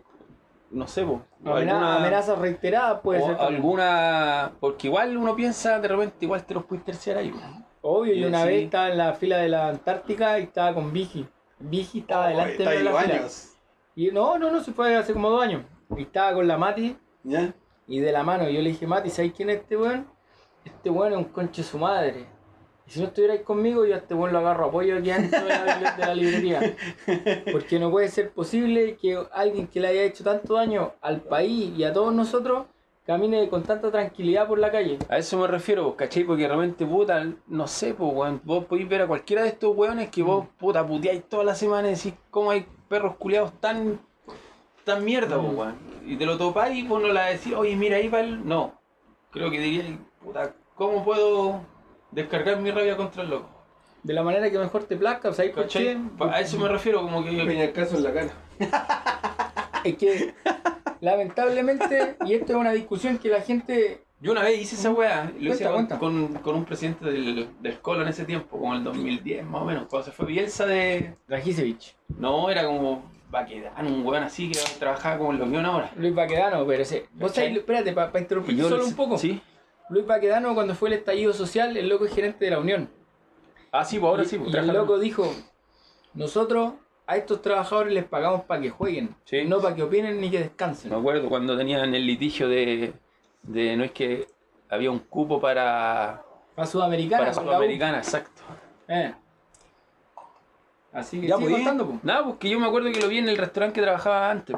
C: no sé, po,
A: Amena-
C: alguna-
A: Amenazas reiteradas puede
C: o
A: ser. también.
C: alguna... Porque igual uno piensa, de repente, igual te los puedes terciar ahí. po.
A: Obvio, y
C: Sí,
A: una
C: sí.
A: vez estaba en la fila de la Antártica y estaba con Vigi. Vigi estaba delante
B: Está
A: de
B: ahí
A: la
B: los
A: fila.
B: años.
A: Y no, no, no, se fue hace como dos años. Y estaba con la Mati
B: ¿Ya?
A: y de la mano. Y yo le dije, Mati, ¿sabes quién es este weón? Este weón es un conche su madre. Y si no estuvierais conmigo, yo a este weón lo agarro apoyo aquí adentro de la, bibli- de la librería. Porque no puede ser posible que alguien que le haya hecho tanto daño al país y a todos nosotros camine con tanta tranquilidad por la calle.
C: A eso me refiero, po, ¿cachai? Porque realmente, puta, no sé, po, weón, vos podéis ver a cualquiera de estos weones que
A: Mm.
C: vos, puta, puteáis toda la semana y decís, ¿cómo hay perros culiados tan... tan mierda, po,
A: Mm.
C: weón? Y te lo topáis y vos no la decís, oye, mira, ahí va el... No, creo que diríais, puta, ¿cómo puedo descargar mi rabia contra el loco?
A: De la manera que mejor te plazca, ¿sabes por
C: ¿Cachai?
A: qué?
C: A eso me refiero, como que...
D: Peñacazo en la cara.
A: Es que, lamentablemente, y esto es una discusión que la gente.
C: Yo una vez hice esa weá, lo hice
A: Cuenta,
C: con,
A: Mm. cuenta.
C: con- con un presidente del, del Colo en ese tiempo, como en el 2010 más o menos, cuando se fue Bielsa de...
A: Rajicevich.
C: No, era como Baquedano, un weón así que trabajaba como en los guiones ahora.
A: Luis Baquedano, pero ese. Vos
C: ¿Cachai?
A: sabés, espérate, para interrumpir
C: Y yo
A: solo
C: le-
A: un poco.
C: Sí,
A: Luis Baquedano, cuando fue el estallido social, el loco es gerente de la Unión.
C: Ah, sí, pues ahora
A: Y-
C: sí. Pues,
A: y
C: trabaja
A: el
C: en-
A: loco dijo, nosotros a estos trabajadores les pagamos para que jueguen,
C: Sí.
A: no para que opinen ni que descansen.
C: Me acuerdo cuando tenían el litigio de, de no es que había un cupo para,
A: Para Sudamericana,
C: para
A: con la U.
C: Sudamericana, exacto.
A: Eh. Así que
C: Ya,
A: sigue
C: pues,
A: contando, po.
C: Nada, pues que yo me acuerdo que lo vi en el restaurante que trabajaba antes.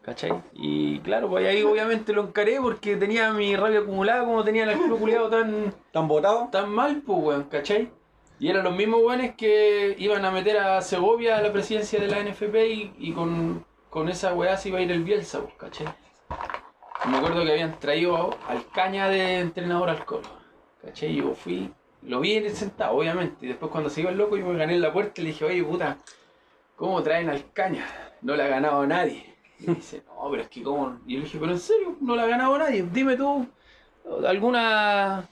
C: ¿Cachai? Y claro, pues ahí obviamente lo encaré porque tenía mi rabia acumulada como tenía el culo culiado tan,
B: ¿Están votados?
C: tan mal, pues weón, ¿cachai? Y eran los mismos weones que iban a meter a Segovia a la presidencia de la NFP y, y con, con esa weá se iba a ir el Bielsa, pues, ¿cachai? Y me acuerdo que habían traído al caña de entrenador al colo, ¿cachai? Yo fui, lo vi en el sentado, obviamente, y después cuando se iba el loco yo me gané en la puerta y le dije, oye puta, ¿cómo traen al caña? No la ha ganado nadie. Y me dice, no, pero es que cómo... Y yo le dije, pero en serio, no la ha ganado nadie, dime tú alguna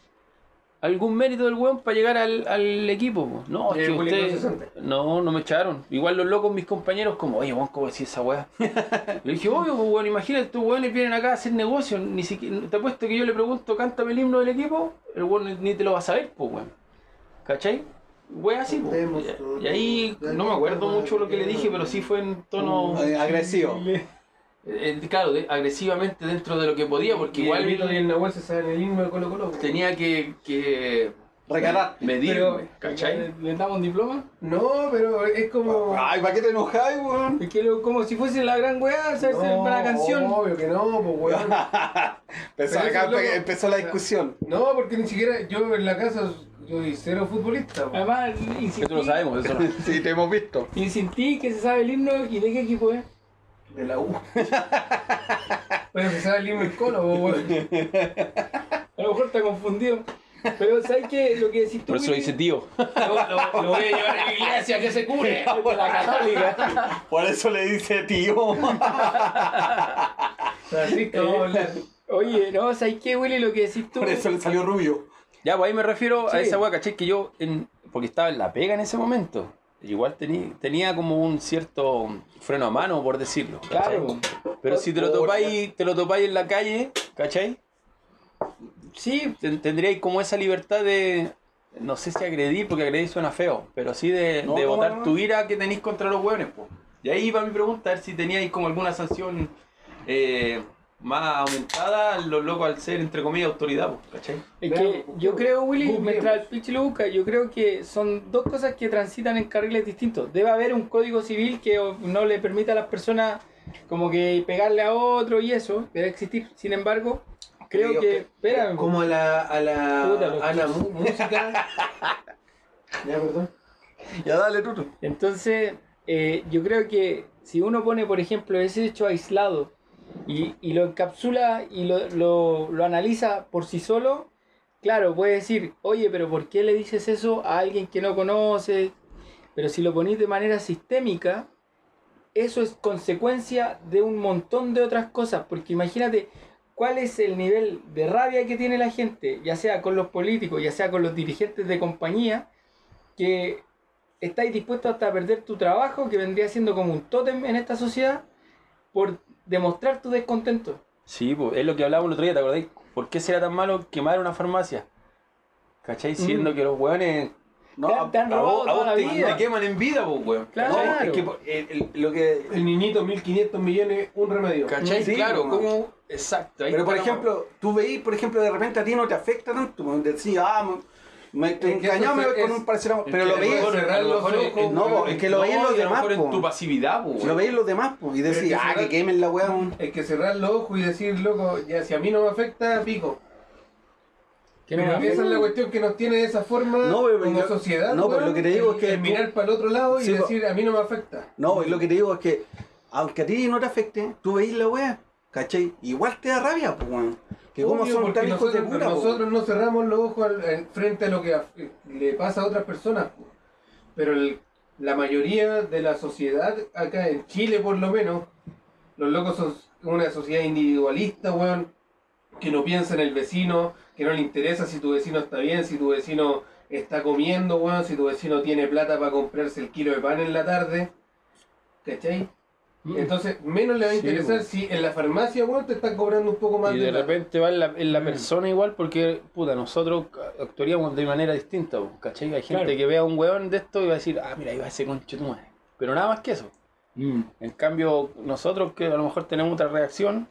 C: algún mérito del weón para llegar al, al equipo. po. No,
D: Eh,
C: es que
D: Julián, no
C: ustedes-
D: se siente.
C: No, no me echaron. Igual los locos, mis compañeros, como, oye, weón, ¿cómo decís esa weá? Le dije, obvio, pues, weón, imagínate, estos weones vienen acá a hacer negocio. Ni siquiera, te apuesto que yo le pregunto, cántame el himno del equipo, el weón ni- ni te lo va a saber, pues, weón. ¿Cachai? Weón así, po. Y- Y ahí no me acuerdo mucho lo que le dije, pero sí fue en tono,
B: Eh, agresivo.
C: eh, claro, de- agresivamente dentro de lo que podía, porque
D: Y el Vito y
C: igual
D: el Nahuel se saben el himno de Colo Colo. pues. po.
C: tenía que, que
B: Recatar.
C: medirme, ¿cachai?
A: eh, ¿Le, le damos un diploma?
D: No, pero es como.
B: Ay, ¿para qué te enojáis, weón?
A: Es que lo- como si fuese la gran weá,
B: ah,
A: ¿sabes?
D: No,
A: una canción.
D: Obvio que no, pues weón.
B: Empezó,
D: Pero
B: acá
D: eso es loco.
B: empe- empezó la discusión.
D: [laughs] No, porque ni siquiera yo en la casa soy cero futbolista. pues. po.
A: Además,
C: Eso
A: insistí,
C: lo sabemos, [laughs] eso no.
B: Sí, te hemos visto.
A: insistí que se sabe el himno y de qué equipo es.
D: De la U.
A: Ah.
D: Voy a empezar el himno del Colo, po,
A: [laughs]
D: weón.
A: A lo mejor está confundido. Pero ¿sabes qué? Lo que decís tú,
C: Por eso lo
A: Willy, [laughs]
C: dice tío.
A: lo, lo- lo voy a llevar a la iglesia que se cure. La católica.
B: Por eso le dice
D: [laughs]
B: tío.
D: Francisco, vamos a hablar.
A: Oye, no, ¿sabes qué, Willy? Lo que decís tú.
B: Por eso le salió rubio.
C: Ya, pues ahí me refiero a
A: Sí.
C: esa weá, caché que yo, en, porque estaba en la pega en ese momento. Igual tení- tenía como un cierto freno a mano, por decirlo. ¿cachai?
A: Claro.
C: Pero si te lo
B: Por-
C: topáis, te lo topáis en la calle, ¿cachai? Sí, ten- tendríais como esa libertad de. No sé si agredir, porque agredir suena feo, pero sí de,
B: No,
C: de
B: ¿cómo
C: botar
B: no?
C: tu ira que tenéis contra los hueones, po. Y ahí va mi pregunta, a ver si teníais como alguna sanción eh, más aumentada, los locos al ser, entre comillas, autoridad, po, ¿cachai?
A: Es que yo creo, Willy, mientras el pitch lo busca, yo creo que son dos cosas que transitan en carriles distintos. Debe haber un código civil que o- no le permita a las personas como que pegarle a otro y eso, debe existir. Sin embargo, creo
D: Digo,
A: que... Espérame,
D: Como a la. A
A: Puta, los
D: la. Ana Mu- Música. Ya, perdón.
B: Ya dale, Tuto.
A: Entonces, eh, yo creo que si uno pone, por ejemplo, ese hecho aislado y, y lo encapsula y lo, lo- lo analiza por sí solo, claro, puede decir, oye, pero ¿por qué le dices eso a alguien que no conoce? Pero si lo ponís de manera sistémica, eso es consecuencia de un montón de otras cosas, porque imagínate cuál es el nivel de rabia que tiene la gente, ya sea con los políticos, ya sea con los dirigentes de compañía, que estáis dispuestos hasta a perder tu trabajo, que vendría siendo como un tótem en esta sociedad, por demostrar tu descontento.
C: Sí, pues, es lo que hablábamos el otro día, ¿te acordáis? ¿Por qué será tan malo quemar una farmacia? ¿Cachai? Siendo
B: Mm.
C: que los hueones
B: No,
A: Te han- te han
B: a- a
A: robado
B: vos- a
A: toda
B: vos
A: la
B: te-
A: vida.
C: te queman en vida, pues, weón.
A: Claro.
B: No, es que por- el- el- lo que
D: El niñito, 1500 millones, un remedio.
C: ¿Cachai?
B: Sí,
C: claro,
B: weón.
C: como... Exacto. ahí
B: Pero
C: está
B: por
C: la-
B: ejemplo, tú veís, por ejemplo, de repente a ti no te afecta tanto. como Decís, ah, me- me te
D: Es que eso
B: engañó, me voy
D: es-
B: con un parecido.
C: es
B: Pero
C: que
B: lo
C: a
B: veís,
D: mejor
C: a lo
D: cerrar los
C: mejor
D: ojos,
C: en-
B: no,
C: no,
B: es que lo veis en
C: y
B: los
C: a
B: demás,
C: mejor en
B: po.
C: tu pasividad, pues,
B: lo veís los demás, pues, y decís,
D: que
B: ah,
D: cerrar-
B: que quemen la weá. weón.
D: Hay que cerrar los ojos y decir, loco, ya si a mí no me afecta, pico.
A: Que
D: Pero
A: me
D: esa es la
A: afecta.
D: cuestión que nos tiene de esa forma
B: No, pero
D: como
B: yo-
D: sociedad.
B: no, pero
D: weón,
B: lo que te digo
D: el-
B: es que
D: el
B: tú-
D: mirar para el otro lado y
B: Sí, po.
D: decir, a mí no me afecta.
B: No, y lo que te digo es que, aunque a ti no te afecte, tú veís la weá, ¿cachai? Igual te da rabia, pues, weón. Que como
D: Obvio,
B: son
D: porque
B: tan hijos de
D: nosotros,
B: puta, po.
D: nosotros no cerramos los ojos al- al- frente a lo que af- le pasa a otras personas. po. Pero el- la mayoría de la sociedad, acá en Chile por lo menos, los locos son una sociedad individualista, weón, que no piensa en el vecino, que no le interesa si tu vecino está bien, si tu vecino está comiendo, weón, si tu vecino tiene plata para comprarse el kilo de pan en la tarde. ¿Cachai?
B: Mm.
D: Entonces, menos le va a
A: Sí,
D: interesar
A: weón.
D: si en la farmacia, weón, te están cobrando un poco más
C: Y de
D: la-
C: repente va en la, en la persona igual porque, puta, nosotros ca- actuaríamos de manera distinta, po, ¿cachai? Hay gente
A: Claro.
C: que vea a un weón de esto y va a decir, ah, mira, ahí va ese concho tu madre. Pero nada más que eso. En cambio, nosotros que a lo mejor tenemos otra reacción,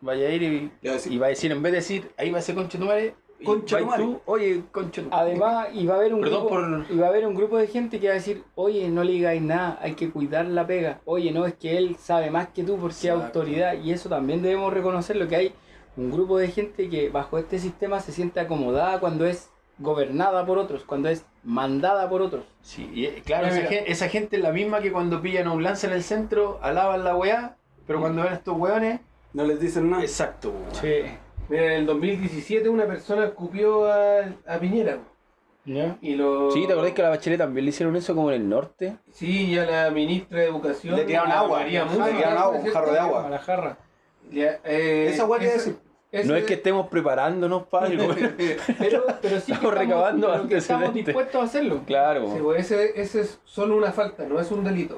C: vaya a ir y,
B: Le voy a decir,
C: y va a decir, en vez de decir, ahí va ese concho tu [laughs] madre, y
B: Concha
C: vais
B: tu madre.
C: tú, oye, concho tu madre".
A: Además, y va a haber un
C: Perdón
A: grupo,
C: por-
A: y va a haber un grupo de gente que va a decir, oye, no le digáis nada, hay que cuidar la pega. Oye, no, es que él sabe más que tú porque es
C: Exacto.
A: autoridad. Y eso también debemos reconocerlo, que hay un grupo de gente que bajo este sistema se siente acomodada cuando es gobernada por otros, cuando es mandada por otros.
C: Sí, y, eh, claro,
A: Mira,
C: esa,
A: mira.
C: gen- esa gente es la misma que cuando pillan a un lance en el centro, alaban la weá, pero cuando ven a estos weones,
B: no les dicen nada.
C: exacto, po, weón.
D: Mira, en el 2017 una persona escupió a, a Piñera, weón. Y lo...
C: Sí, ¿te acordás que a la bachelet también le hicieron eso como en el norte?
D: Sí, ya la ministra de Educación...
B: Le tiraron
D: a
B: agua,
D: María
B: le
D: Musa,
B: tiraron agua,
D: ¿no es
B: un jarro de
D: cierto?
B: agua.
A: A la jarra.
D: Ya, eh,
B: Esa weá que
D: ese-
B: decir.
D: ese-
C: No es que estemos preparándonos
B: [laughs]
C: para algo.
A: Pero, pero sí que
C: Estamos recabando
A: pero que estamos
C: antecedentes.
A: dispuestos a hacerlo.
C: claro.
D: Sí, pues, ese, ese es solo una falta, no es un delito.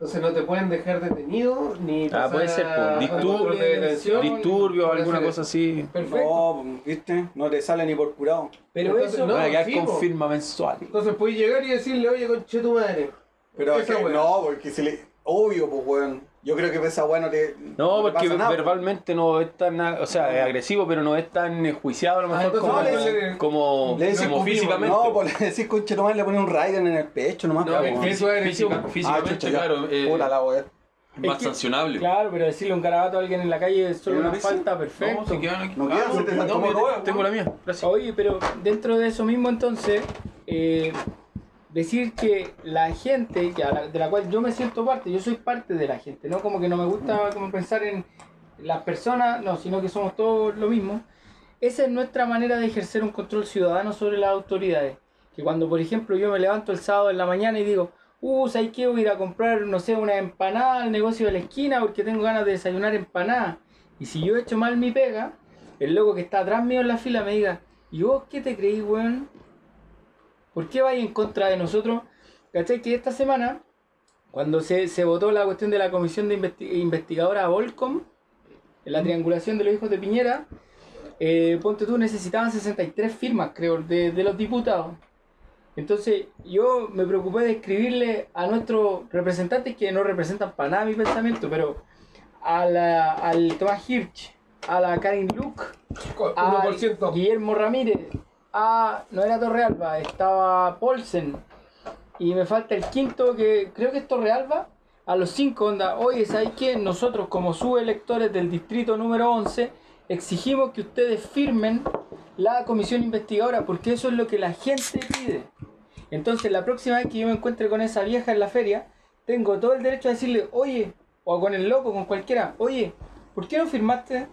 D: Entonces no te pueden dejar detenido ni
C: Ah,
D: pasar
C: puede ser,
D: a-
C: po,
D: a
C: disturbios,
D: control de detención,
C: Disturbio o
D: puede
C: alguna
D: ser
C: cosa
D: eso.
C: así.
A: Perfecto.
B: No, viste, no te sale ni por curado.
A: pero
D: entonces,
A: eso
D: no,
C: Voy a quedar
D: sí,
C: con
D: po.
C: firma mensual.
D: Entonces puedes llegar y decirle, oye, conche tu madre.
B: Pero
D: Esa
B: que-
D: weá.
B: no, porque si le. Obvio, pues weón. Yo creo que esa weá no te.
C: No,
B: te
C: porque
B: pasa nada,
C: verbalmente no es tan, o sea, es agresivo, pero no es tan enjuiciado a lo
D: Ah,
C: mejor
D: entonces
C: como,
B: no, le
D: dicen-
C: como,
B: po. Le decís,
C: como
B: pues,
C: físicamente.
B: No, pues [laughs] le decís, concha, nomás le pones un Raiden en el pecho nomás.
D: No,
B: pues,
D: es
B: weón.
D: que-
C: Físico- físico-
D: Ah,
C: físicamente,
B: chucha, ya.
C: claro, eh,
B: Puta la weá.
C: más
A: que-
C: sancionable.
A: Claro, pero decirle un carabato a alguien en la calle es solo
B: ¿Pero
A: una
B: lo hice?
A: falta,
C: No,
A: perfecto.
C: se quedan aquí.
B: No quedan,
C: Ah,
B: se te
C: no,
B: sacó
C: mira,
B: todo,
C: tengo la mía. Gracias.
A: Oye, pero dentro de eso mismo entonces, eh, decir que la gente que a la- de la cual yo me siento parte, yo soy parte de la gente, ¿no? Como que no me gusta como pensar en las personas, no, sino que somos todos lo mismo. Esa es nuestra manera de ejercer un control ciudadano sobre las autoridades. Que cuando, por ejemplo, yo me levanto el sábado en la mañana y digo, uh, ¿sabes qué? Voy a ir a comprar, no sé, una empanada al negocio de la esquina porque tengo ganas de desayunar empanada. Y si yo he hecho mal mi pega, el loco que está atrás mío en la fila me diga, ¿y vos qué te creís, weón? ¿Por qué vais en contra de nosotros? ¿Cachai? Que esta semana, cuando se, se votó la cuestión de la comisión de investi- investigadora Volcom, en la triangulación de los hijos de Piñera, eh, ponte tú, necesitaban 63 firmas, creo, de, de los diputados. Entonces, yo me preocupé de escribirle a nuestros representantes que no representan para nada mi pensamiento, pero a la- al Tomás Hirsch, a la Karen Luke, a
D: 1%.
A: Guillermo Ramírez, a. No era Torrealba, estaba Polsen. Y me falta el quinto, que creo que es Torrealba. A los cinco, onda. Oye, ¿sabéis que Nosotros, como subelectores del distrito número 11, exigimos que ustedes firmen la comisión investigadora, porque eso es lo que la gente pide. Entonces, la próxima vez que yo me encuentre con esa vieja en la feria, tengo todo el derecho a decirle, oye, o con el loco, con cualquiera, oye, ¿por qué no firmaste?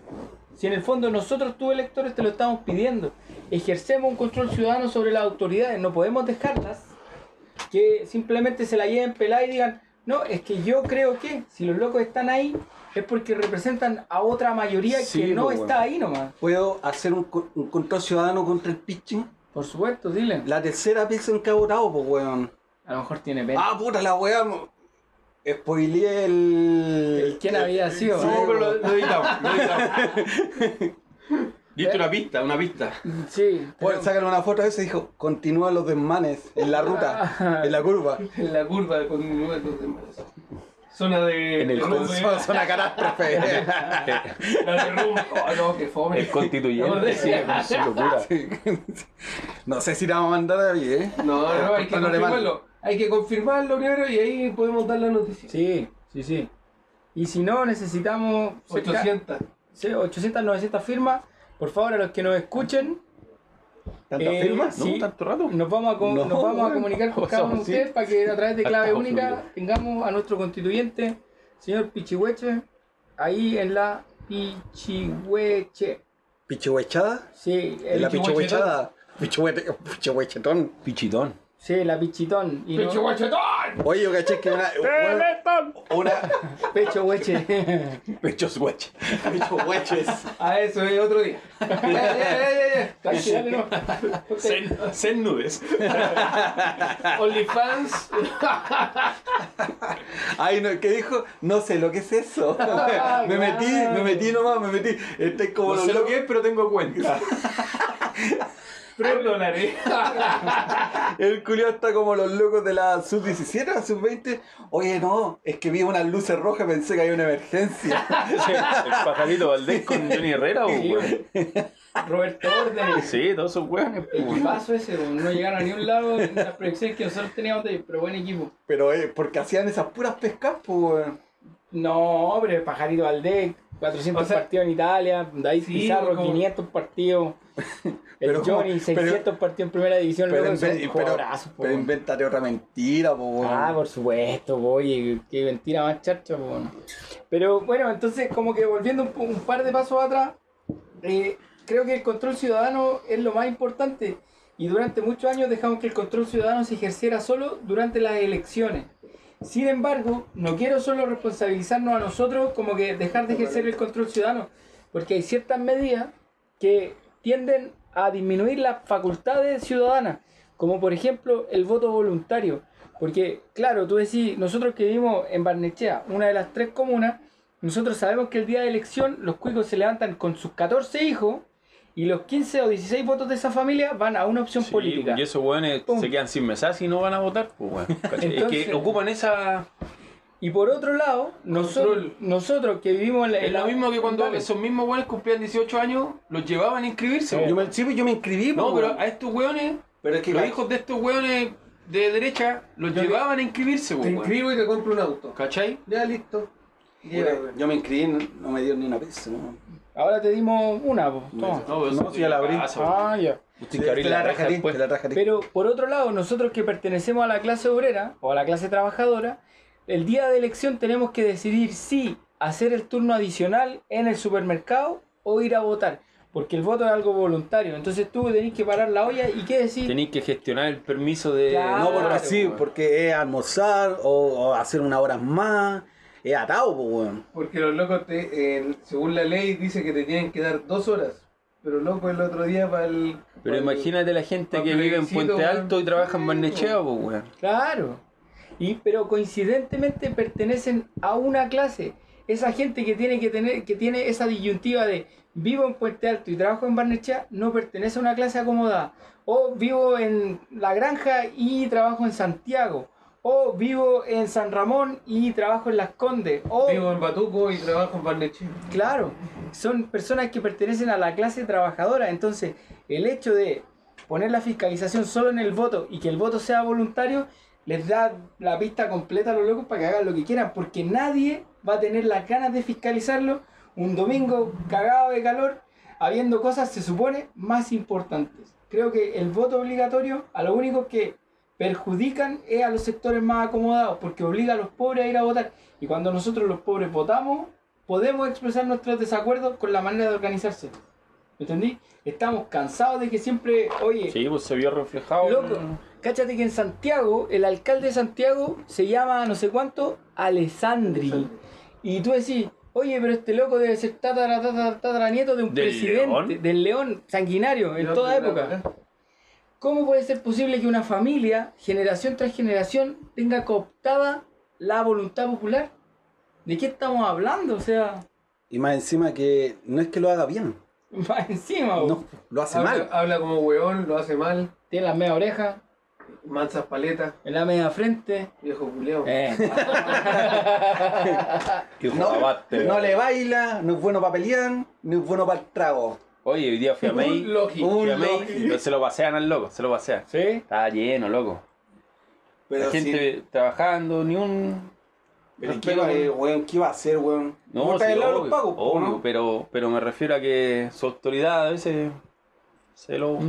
A: Si en el fondo nosotros, tus electores, te lo estamos pidiendo. Ejercemos un control ciudadano sobre las autoridades, no podemos dejarlas que simplemente se la lleven pelada y digan, no, es que yo creo que si los locos están ahí es porque representan a otra mayoría
C: Sí,
A: que no
C: pues,
A: está ahí nomás.
B: ¿Puedo hacer un, co- un control ciudadano contra el pitching?
A: Por supuesto, dile.
B: La tercera pizza en que ha votado, pues weón.
A: A lo mejor tiene pena.
B: Ah, puta la weá. mo- Spoileé el.
A: El quién había sido.
E: No, pero lo, lo editamos, lo editamos. [laughs] Diste una pista, una pista.
A: Sí.
B: Bueno, sacaron una foto de eso y dijo, continúa los desmanes en
A: [laughs]
B: la ruta, en la curva.
D: En la curva con los demás. Zona de...
C: En el
D: derrumbe.
B: Son, son una catástrofe. [laughs]
D: [laughs] La derrumbe.
C: [laughs]
D: Oh, no, qué fome.
C: Eh, El constituyente, sí, con su locura.
B: No sé si la vamos a mandar a bien, ¿eh?
D: [laughs] No, no, hay que
B: Con lo alemán.
D: confirmarlo. Hay que confirmarlo primero y ahí podemos dar la noticia.
A: Sí, sí, sí. Y si no, necesitamos cerca-
D: 800.
A: sí, 800, 900 firmas. Por favor, a los que nos escuchen,
B: ¿Tantas
A: Eh,
B: firmas?
A: sí.
C: ¿Tanto rato?
A: nos vamos a, com-
B: No,
A: nos vamos a
B: bueno.
A: comunicar con
C: Vamos
A: cada
C: a
A: uno de
C: decir.
A: ustedes para que a través de clave
C: Atajo
A: única
C: fluido.
A: tengamos a nuestro constituyente, señor Pichihueche, ahí en la Pichihueche.
B: ¿Pichuechada?
A: Sí,
B: ¿En
A: el-
B: la pichuechada? Pichuete- Pichuechetón.
C: Pichitón.
A: sí, la Pichitón. Y no-
D: ¡Pinche guachetón!
B: Oye, yo caché que una. Una. [laughs]
A: Pecho Hueche.
C: Pechos guache.
B: Pichueches.
D: Ah, eso es otro
A: [laughs]
D: día. Ya, ya, ya, ya, ya.
A: Dale, dale, [laughs] no.
E: Zen, zen nudes.
D: OnlyFans.
B: Ay, no, ¿qué dijo? No sé lo que es
A: [laughs]
B: eso. [laughs] me metí, me metí nomás, me metí. Estoy como
E: No
B: los
E: sé lo
B: locos.
E: que es, pero tengo
B: [laughs]
E: cuenta.
D: Tres dólares.
B: El culiao está como los locos de la sub-17, la sub-20. Oye, no, es que vi unas luces rojas, pensé que había
A: [laughs]
B: una emergencia.
C: [laughs] El pajarito Valdés con Johnny Herrera, pues,
A: Sí,
C: weón.
A: Roberto Orden.
C: Sí, todos esos weones, po, weón.
A: Equipazo ese, weón. no llegaron a ni un lado en las proyecciones que nosotros teníamos de ellos, pero buen equipo.
B: Pero eh, porque hacían esas puras pescas, pues. weón.
A: No, pero el Pajarito Valdés, 400
D: O sea-
A: partidos en Italia, David
D: Sí,
A: Pizarro,
D: como-
A: 500 partidos, el
B: [laughs] Pero como-
A: Johnny,
B: pero-
A: 600 partidos en primera división,
B: Pero,
A: luego
B: en
A: son
B: vez- pero,
A: jugadorazos, po,
B: pero
A: weón.
B: inventaré otra mentira, pues. weón.
A: Ah, por supuesto, voy, qué mentira más charcha, po, weón. Pero bueno, entonces como que volviendo un, po- un par de pasos atrás, eh, creo que el control ciudadano es lo más importante y durante muchos años dejamos que el control ciudadano se ejerciera solo durante las elecciones. Sin embargo, no quiero solo responsabilizarnos a nosotros como que dejar de ejercer el control ciudadano, porque hay ciertas medidas que tienden a disminuir las facultades ciudadanas, como por ejemplo el voto voluntario. Porque, claro, tú decís, nosotros que vivimos en Barnechea, una de las tres comunas, nosotros sabemos que el día de elección los cuicos se levantan con sus 14 hijos y los 15 o 16 votos de esa familia van a una opción
C: Sí,
A: política.
C: Y esos weones
A: Pum.
C: se quedan sin mesas y no van a votar, pues weón. ¿Cachai? es
A: Entonces-
C: que ocupan esa.
A: Y por otro lado, nosotros,
E: Control.
A: nosotros que vivimos en la...
E: Es lo mismo que cuando
A: Dale.
E: esos mismos weones cumplían 18 años, los llevaban a inscribirse.
B: Yo
E: weón.
B: me, sí, pues, yo me inscribí,
E: No,
B: pues,
E: pero
B: weón.
E: a estos weones,
B: Pero es que.
E: los hijos de estos weones de derecha, los
D: Yo-
E: llevaban a inscribirse,
D: Te
E: weón.
D: inscribo y te compro un auto.
E: ¿Cachai?
D: Ya, listo. Lleva,
B: Puta,
D: weón.
B: Yo me inscribí, no, no me dieron ni una pesa. ¿no?
A: Ahora te dimos una, po, toma.
E: pero
B: No, pues,
E: eso
B: si ya la abrí.
E: pasa, weón.
A: Ah, ya.
C: Tienes que abrir
B: Te
C: la reja
B: rajaré,
C: después.
B: te la rajaré.
A: Pero por otro lado, nosotros que pertenecemos a la clase obrera o a la clase trabajadora, el día de elección tenemos que decidir si hacer el turno adicional en el supermercado o ir a votar, porque el voto es algo voluntario. Entonces tú tenés que parar la olla y qué decir.
C: Tenéis que gestionar el permiso de.
A: Claro.
B: No, porque
A: Claro,
B: sí,
C: weón.
B: porque es almorzar o, o hacer unas horas más. Es atado, pues, weón.
D: Porque los locos, te, eh, según la ley, dice que te tienen que dar dos horas. Pero loco, el otro día para el.
C: Pero imagínate la gente que
D: Papel
C: vive en
D: visito,
C: Puente
D: weón.
C: Alto y trabaja en
D: Sí,
C: Barnechea, pues weón.
A: Claro. Y, pero coincidentemente pertenecen a una clase. Esa gente que tiene que tener, que tiene esa disyuntiva de vivo en Puente Alto y trabajo en Barnechea, no pertenece a una clase acomodada. O vivo en La Granja y trabajo en Santiago. O vivo en San Ramón y trabajo en Las Condes. O
D: Vivo en Batuco y trabajo en Barnechea.
A: Claro, son personas que pertenecen a la clase trabajadora, entonces el hecho de poner la fiscalización solo en el voto y que el voto sea voluntario les da la pista completa a los locos para que hagan lo que quieran, porque nadie va a tener las ganas de fiscalizarlo un domingo cagado de calor, habiendo cosas, se supone, más importantes. Creo que el voto obligatorio a lo único que perjudican es a los sectores más acomodados, porque obliga a los pobres a ir a votar. Y cuando nosotros los pobres votamos, podemos expresar nuestros desacuerdos con la manera de organizarse. ¿Me entendí? Estamos cansados de que siempre, oye,
C: Sí, pues se vio reflejado.
A: Loco, cáchate que en Santiago, el alcalde de Santiago se llama no sé cuánto, Alessandri. Y tú decís, oye, pero este loco debe ser tatara, tatara, tatara, nieto de un
C: ¿Del
A: presidente,
C: León?
A: del león, sanguinario, en
D: Yo
A: toda
D: de la
A: época.
D: verdad,
A: ¿Cómo puede ser posible que una familia, generación tras generación, tenga cooptada la voluntad popular? ¿De qué estamos hablando? O sea, [laughs]
B: Y más encima que no es que lo haga bien.
A: más encima, bo.
B: No, lo hace
D: habla,
B: mal.
D: habla como weón, lo hace mal.
A: tiene las media orejas,
D: Mansas paletas,
A: en la media frente.
D: viejo culeo.
C: [laughs]
A: Eh,
C: Y
B: No,
C: jugabate,
B: no
C: weón.
B: le baila, no es bueno para pelear, no es bueno para el trago.
C: Oye, hoy día fui a May.
D: Un lógico.
C: fui a
B: un
C: May,
B: lógico.
C: y se lo pasean al loco, se lo pasean.
A: ¿Sí?
C: Estaba lleno, loco.
B: Pero
C: la gente trabajando, ni un.
B: Pero
C: no
B: ¿qué
C: espero-
B: va, eh, weón? ¿Qué va a hacer, weón?
C: No,
B: Por
C: sí,
B: el lado de
C: obvio,
B: los pagos, pues, po,
C: obvio,
B: ¿no?
C: pero, pero me refiero a que su autoridad a veces se lo.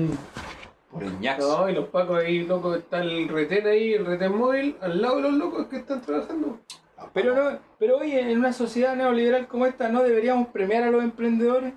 C: Por el ñaxo.
D: No, y los pacos ahí, loco, está el retén ahí, el retén móvil, al lado de los locos que están trabajando.
A: Pero no, pero hoy en una sociedad neoliberal como esta no deberíamos premiar a los emprendedores.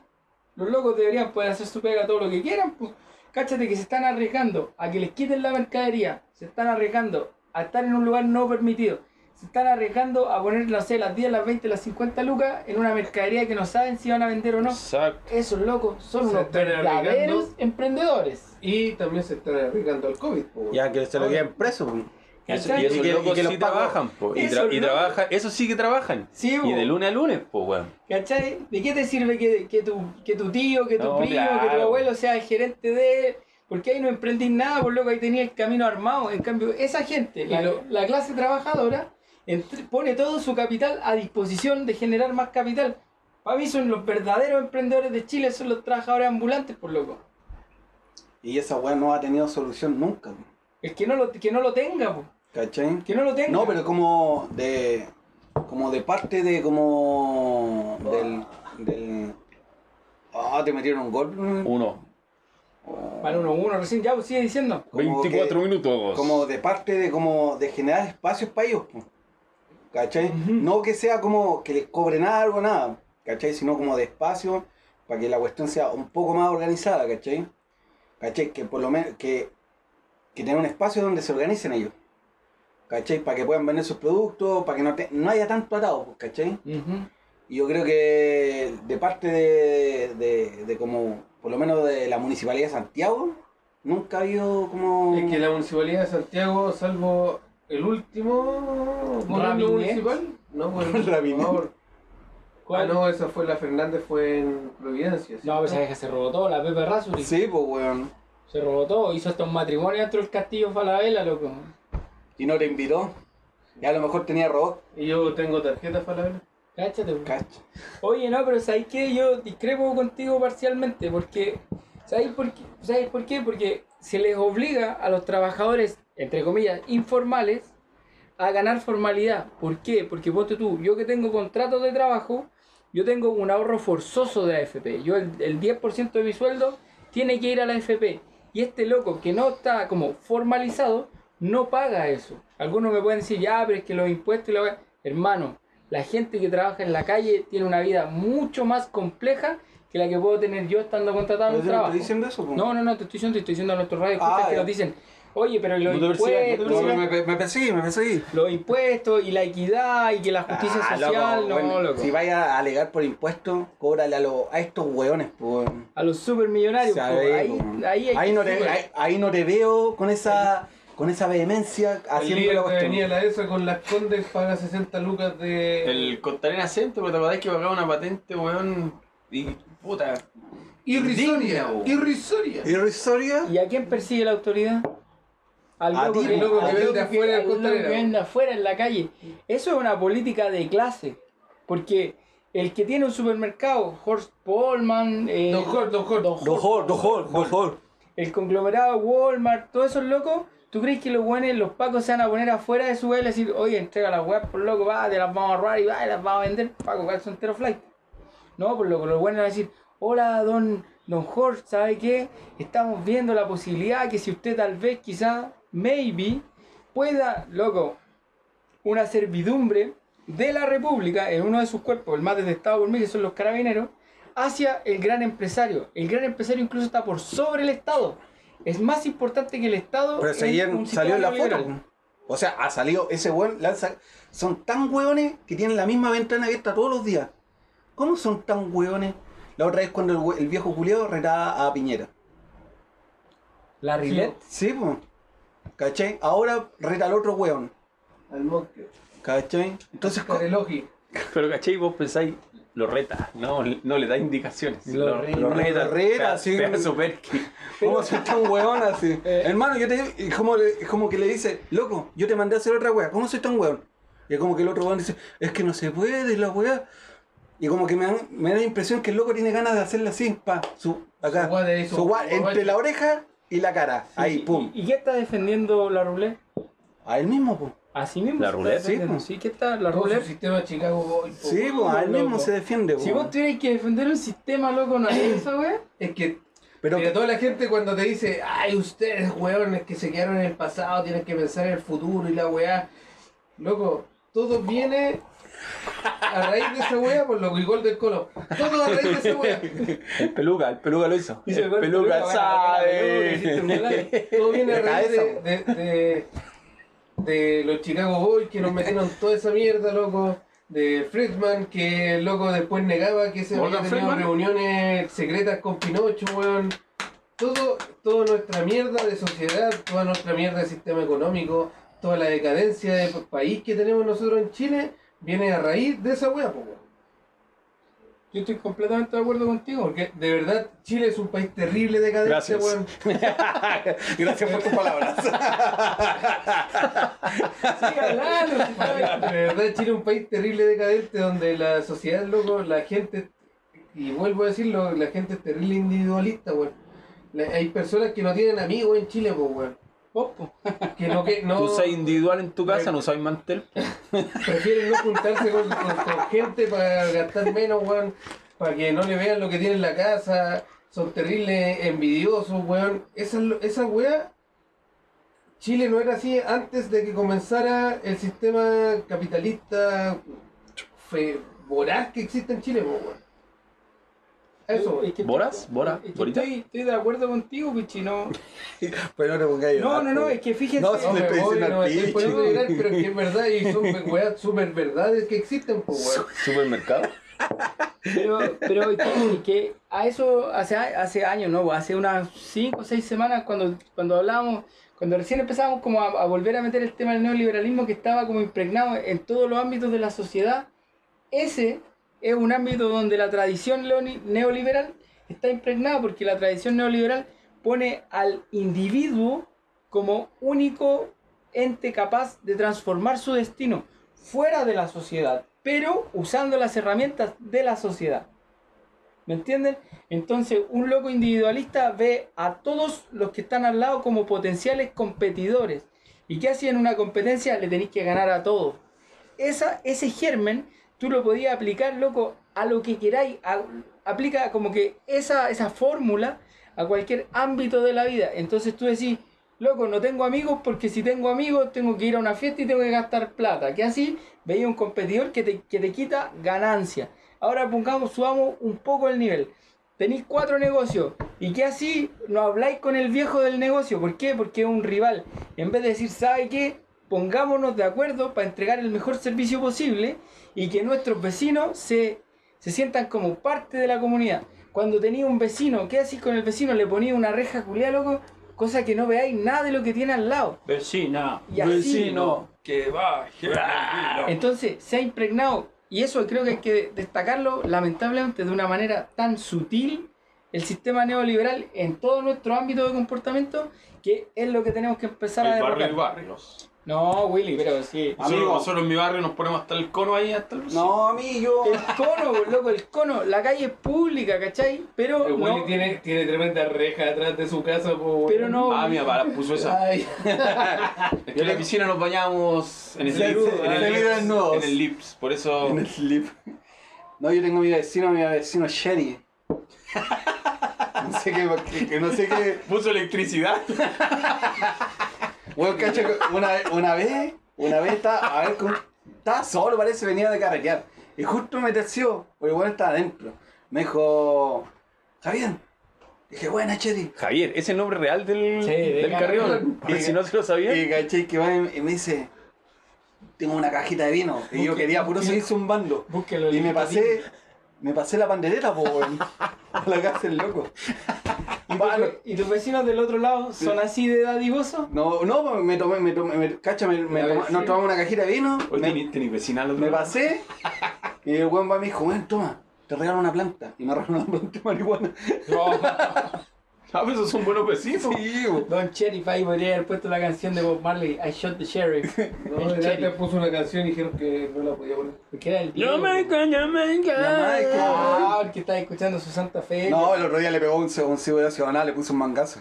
A: Los locos deberían poder hacer su pega todo lo que quieran, pues. Cáchate que se están arriesgando a que les quiten la mercadería, se están arriesgando a estar en un lugar no permitido, se están arriesgando a poner, no sé, las 10, las 20, las 50 lucas en una mercadería que no saben si van a vender o no.
C: Exacto.
A: Esos locos son
D: Se
A: unos
D: están arriesgando.
A: verdaderos emprendedores.
D: Y también se están arriesgando al COVID. po, weón.
B: Ya que se lo
D: Ahora,
B: queden preso, weón.
C: Y eso-
A: ¿Cachai?
C: y esos
A: Y que-
C: locos
A: y que
C: sí
A: los pagos-
C: trabajan, po. Y,
A: Esos
C: tra- y
A: locos-
C: trabajan, esos sí que trabajan.
A: Sí,
C: y
A: po.
C: de lunes a lunes, pues, weón.
A: ¿Cachai? ¿De qué te sirve que, que tu, que tu tío, que tu
C: No,
A: primo, que tu
C: claro.
A: abuelo sea el gerente de... Porque ahí no emprendís nada, por loco, ahí tenías el camino armado. En cambio, esa gente, la,
D: lo-
A: la clase trabajadora, entr- pone todo su capital a disposición de generar más capital. Para mí son los verdaderos emprendedores de Chile, son los trabajadores ambulantes, por loco.
B: Y esa weá no ha tenido solución nunca, po,
A: El que no lo, que no lo tenga, po.
B: ¿cachai?
A: que no lo tenga.
B: No, pero como de. como de parte de como. del. del. Ah, te metieron un gol. mm,
C: Uno.
A: Para uno, uno, recién ya, pues, sigue diciendo.
B: como que-
C: 24 minutos.
B: como de parte de como de generar espacios para ellos, po. ¿cachai? No que sea como que les cobren algo, nada, ¿cachai? Sino como de espacio para que la cuestión sea un poco más organizada, ¿cachai? ¿Cachai? Que por lo menos que, que tener un espacio donde se organicen ellos, ¿cachai? Para que puedan vender sus productos, para que no, te- no haya tanto atado, po, ¿cachai? Y yo creo que de parte de, de, de como, por lo menos de la Municipalidad de Santiago, nunca ha habido como...
D: Es que la municipalidad de Santiago, salvo el último gobierno
A: Rabinets.
D: municipal,
B: [laughs]
D: no, por
B: Rabinets.
D: favor. Ah,
A: ¿Cuál?
D: no, esa fue la Fernández, fue en Providencia. ¿sí?
A: No, pues sabes que se robó todo, la Pepe Razuri.
B: Sí, pues, weón.
A: Se robó todo, hizo hasta un matrimonio dentro del castillo Falabella, loco.
B: Y no te invitó. Y a lo mejor tenía robot.
D: Y yo tengo tarjetas para ver.
A: Cáchate. po.
B: Cacho.
A: Oye, no, pero ¿sabes qué? Yo discrepo contigo parcialmente, porque ¿sabes, por qué? ¿sabes por qué? Porque se les obliga a los trabajadores, entre comillas, informales, a ganar formalidad. ¿Por qué? Porque ponte tú, yo que tengo contratos de trabajo, yo tengo un ahorro forzoso de AFP. Yo el, el 10% de mi sueldo tiene que ir a la AFP. Y este loco que no está como formalizado, no paga eso. Algunos me pueden decir, ya, pero es que los impuestos y la... wea". Hermano, la gente que trabaja en la calle tiene una vida mucho más compleja que la que puedo tener yo estando contratado en
B: ¿Pero
A: un
B: yo no
A: trabajo.
B: estoy diciendo eso? po?
A: No, no, no, te estoy diciendo, te estoy diciendo a nuestros radio escuchas
B: Ah,
A: que
B: ya.
A: nos dicen, oye, pero los
E: No te persigas, no te
A: impuestos,
B: No, me, me, me perseguí, me perseguí.
A: los impuestos y la equidad y que la justicia
B: Ah,
A: social,
B: loco,
A: no,
B: bueno,
A: loco.
B: Si vaya a alegar por impuestos, cóbrale a, lo- a estos weones, pues. weón.
A: A los supermillonarios, po,
B: Sabe,
A: ahí,
B: weón.
A: ahí, hay
B: Ahí
A: que
B: no te,
A: super-
B: ahí, ahí no te veo con esa, con esa vehemencia
D: El
B: haciendo la
D: líder que venía
B: cuestión.
D: a la ESA con las condes paga 60 lucas de...
C: El Contarena Centro, pero te acordás que pagaba una patente, weón. Y puta.
D: Irrisoria,
C: Digna, bo.
D: irrisoria.
B: Eh, Irrisoria.
A: ¿Y a quién persigue la autoridad? Al
B: A
A: loco
B: ti,
A: que,
B: al loco
A: al
B: que
A: loco
D: vende afuera
A: al
D: en
A: loco
D: Costanera.
A: que vende afuera en la calle. Eso es una política de clase. Porque el que tiene un supermercado, Horst Polman, eh,
D: Don Jorge, Don Jorge.
A: Don Jorge,
B: Dojor, dojor, dojor.
A: el conglomerado Walmart, todos esos locos, ¿tú crees que los buenos, los pacos se van a poner afuera de su web y decir, oye, entrega las web por loco, va, te las vamos a ahorrar y va, y las vamos a vender, Paco, calzón entero flight. No, pues por loco, los buenos van a decir, hola, don, don Jorge, ¿sabe qué? Estamos viendo la posibilidad que si usted tal vez, quizá, maybe, pueda, loco, una servidumbre de la República en uno de sus cuerpos, el más detestado por mí, que son los carabineros, hacia el gran empresario. El gran empresario incluso está por sobre el Estado. Es más importante que el Estado.
B: Pero
A: en
B: si ayer
A: un sistema
B: salió en la
A: neoliberal.
B: foto. po. O sea, ha salido ese weón. lanza- Son tan weones que tienen la misma ventana abierta todos los días. ¿Cómo son tan weones? La otra vez cuando el, we- el viejo Julio retaba a Piñera.
A: La Rilet.
B: Sí, pues. ¿Cachai? Ahora reta al otro weón.
D: Al monstruo.
B: ¿Cachai? Entonces, co-
D: Carelogi.
C: Pero cachai, vos pensáis, lo reta, no, no le da indicaciones.
A: Lo re-
B: lo reta, sí.
C: pedazo perky.
B: ¿cómo son tan
A: [laughs]
B: weón así?
A: Eh.
B: Hermano, yo te. y Como, le- y como que le dice, loco, yo te mandé a hacer otra wea. ¿Cómo soy tan weón? Y como que el otro weón dice, es que no se puede la wea. Y como que me, dan- me da la impresión que el loco tiene ganas de hacerla así, pa, su, acá.
D: Su guata ahí, su-
B: Su guata,
D: su guata.
B: entre la oreja y la cara. ahí, pum.
A: ¿Y, y qué está defendiendo la Rulet?
B: A él mismo,
A: Oh,
B: pum.
A: Así mismo. se
C: La
A: está
C: Roulette,
A: defendiendo.
B: sí, po.
A: sí. ¿Qué está la
D: Todo su
A: Rulet?
D: sistema Chicago Boy. po.
B: Sí, pues, a él
A: loco.
B: mismo se defiende,
A: Si
B: po.
A: vos tuvieras que defender un sistema loco, no es eso, güey.
D: Es que
B: Pero
D: mira, toda la gente cuando te dice, ay, ustedes, weones, que se quedaron en el pasado, tienen que pensar en el futuro y la weá. Loco, todo viene a raíz de esa weá, por lo que igual del colo. Todo a raíz de esa weá.
C: El peluca, el peluca lo hizo.
A: Hizo
C: el
A: el gol,
C: peluca
A: peluca, buena, buena, hiciste un
C: [laughs] sabe.
A: golazo.
D: Todo viene a
B: La
D: raíz de,
B: cabeza,
D: de, de- de los Chicago Boys que nos metieron toda esa mierda, loco. De Friedman, que el loco después negaba que se había
C: Morgan
D: tenido
C: Friedman.
D: reuniones secretas con Pinocho, weón. Todo, toda nuestra mierda de sociedad, toda nuestra mierda de sistema económico, toda la decadencia de país que tenemos nosotros en Chile viene a raíz de esa wea, po, weón.
A: Yo estoy completamente de acuerdo contigo.
D: Porque de verdad, Chile es un país terrible decadente,
C: Gracias.
D: weón.
B: [laughs] Gracias por tus
A: [laughs]
B: palabras.
C: [laughs]
D: Sigue hablando, compadre. De verdad, Chile es un país terrible decadente donde la sociedad, loco, la gente, y vuelvo a decirlo, la gente es terrible individualista, weón. La- Hay personas que no tienen amigos en Chile, pues, weón.
A: Vos, po.
D: Que no, que no.
C: Tú usas individual en tu casa, no usas mantel.
D: Prefieren no juntarse con, con- con gente para gastar menos, weón. Para que no le vean lo que tiene en la casa. Son terribles, envidiosos, weón. Esa, esa weá. Chile no era así antes de que comenzara el sistema capitalista fe, voraz que existe en Chile, po, weón. A Eso,
A: Es
D: weón.
A: que-
C: ¿Boras? ¿Bora?
A: es que
C: ¿Borita?
A: estoy, estoy de acuerdo contigo, Pichi. No,
B: Pero no te pongas a
A: no,
B: llorar, pues.
A: no, no,
B: po.
A: es que fíjense.
B: No, si
D: No
B: le
D: me
B: estoy
D: voy,
B: diciendo al
D: no me estoy
B: pichi.
D: poniendo a llorar, pero es que es verdad y son weas super verdades que existen, po, weón.
A: [laughs]
C: Supermercado.
A: Pero, pero es que, es que a eso hace, a- hace años, ¿no? Hace unas 5 o 6 semanas cuando, cuando hablábamos, cuando recién empezábamos como a, a volver a meter el tema del neoliberalismo que estaba como impregnado en todos los ámbitos de la sociedad, ese es un ámbito donde la tradición leoni- neoliberal está impregnada porque la tradición neoliberal pone al individuo como único ente capaz de transformar su destino fuera de la sociedad, pero usando las herramientas de la sociedad. ¿Me entienden? Entonces, un loco individualista ve a todos los que están al lado como potenciales competidores. ¿Y qué hacía en una competencia? Le tenéis que ganar a todos. Esa, ese germen, tú lo podías aplicar, loco, a lo que queráis. a- aplica como que esa, esa fórmula a cualquier ámbito de la vida. Entonces tú decís, loco, no tengo amigos porque si tengo amigos tengo que ir a una fiesta y tengo que gastar plata. Que así veía un competidor que te, que te quita ganancia. Ahora pongamos, subamos un poco el nivel. Tenéis cuatro negocios y que así no habláis con el viejo del negocio. ¿Por qué? Porque es un rival. En vez de decir, ¿sabe qué? Pongámonos de acuerdo para entregar el mejor servicio posible y que nuestros vecinos se, se sientan como parte de la comunidad. Cuando tenía un vecino, ¿qué hacís con el vecino? Le ponía una reja culia, loco, cosa que no veáis nada de lo que tiene al lado.
E: Vecina.
A: Y así,
E: Vecino. Que baje.
A: Entonces, se ha impregnado, y eso creo que hay que destacarlo, lamentablemente, de una manera tan sutil, el sistema neoliberal en todo nuestro ámbito de comportamiento, que es lo que tenemos que empezar a
E: El barrio
A: derrocar.
E: y barrios.
A: No, Willy, pero sí.
E: Nosotros,
B: Amigo.
E: nosotros en mi barrio nos ponemos hasta el cono ahí, hasta el
B: No, a mí yo.
A: El cono, pues, loco, el cono. La calle es pública, ¿cachai? Pero
D: El Willy
A: no,
D: tiene, tiene tremenda reja detrás de su casa, po, weón.
A: pero no.
E: Ah, mi papá la puso esa.
D: Ay.
E: Es que en la piscina nos bañamos en el
B: Se-
E: Lips,
B: se-
E: en el
B: se
E: Lips,
B: miran nudos.
E: en el Lips, por eso
B: En el slip. No, yo tengo a mi vecino, mi vecino [laughs] Sherry. No sé qué, que, que no sé qué.
E: puso electricidad.
B: Bueno, cacho, que una, una vez, una vez estaba, a ver, con- estaba solo, parece, venía de carretear. Y justo me terció, porque bueno, estaba adentro. Me dijo, Javier. Dije, buena, Sherry.
C: Javier, ¿es el nombre real del,
A: Sí, de
C: del carrión?
A: Carrión.
C: Y si no se lo sabía.
B: Y caché que va y, y me dice, tengo una cajita de vino. Y yo quería, puro se hizo un bando.
A: Búsquelo.
B: Y me pasé, me pasé la pandereta, po, weón. [laughs] A la casa del
E: [laughs]
B: loco.
A: ¿Y, tu-
B: Palo.
A: ¿Y tus vecinos del otro lado son así de dadivosos?
B: No, no, po, me tomé, me tomé, me, cacha, me, me
D: A ver,
B: toma-
D: sí.
B: nos tomamos una cajita de vino.
E: Hoy
B: Me,
E: tenés tenés vecina al otro
B: me
E: lado.
B: pasé. Y el weón va y me dijo, weón, toma, te regalo una planta. Y me regaló una planta de
E: [laughs]
B: marihuana.
E: Ah, pero esos son buenos vecinos.
B: Sí, po.
A: Don Sheriff ahí podría haber puesto la canción de Bob Marley, I shot the sheriff.
D: No,
A: El
D: de
A: sheriff.
D: antes puso una canción y dijeron que no la podía poner.
A: Porque era el
C: No me
A: Diego.
C: engañes, me engañes.
A: Ah, el que está escuchando su Santa Fe.
B: No, el otro día le pegó un, un seguridad ciudadana, le puso un mangazo.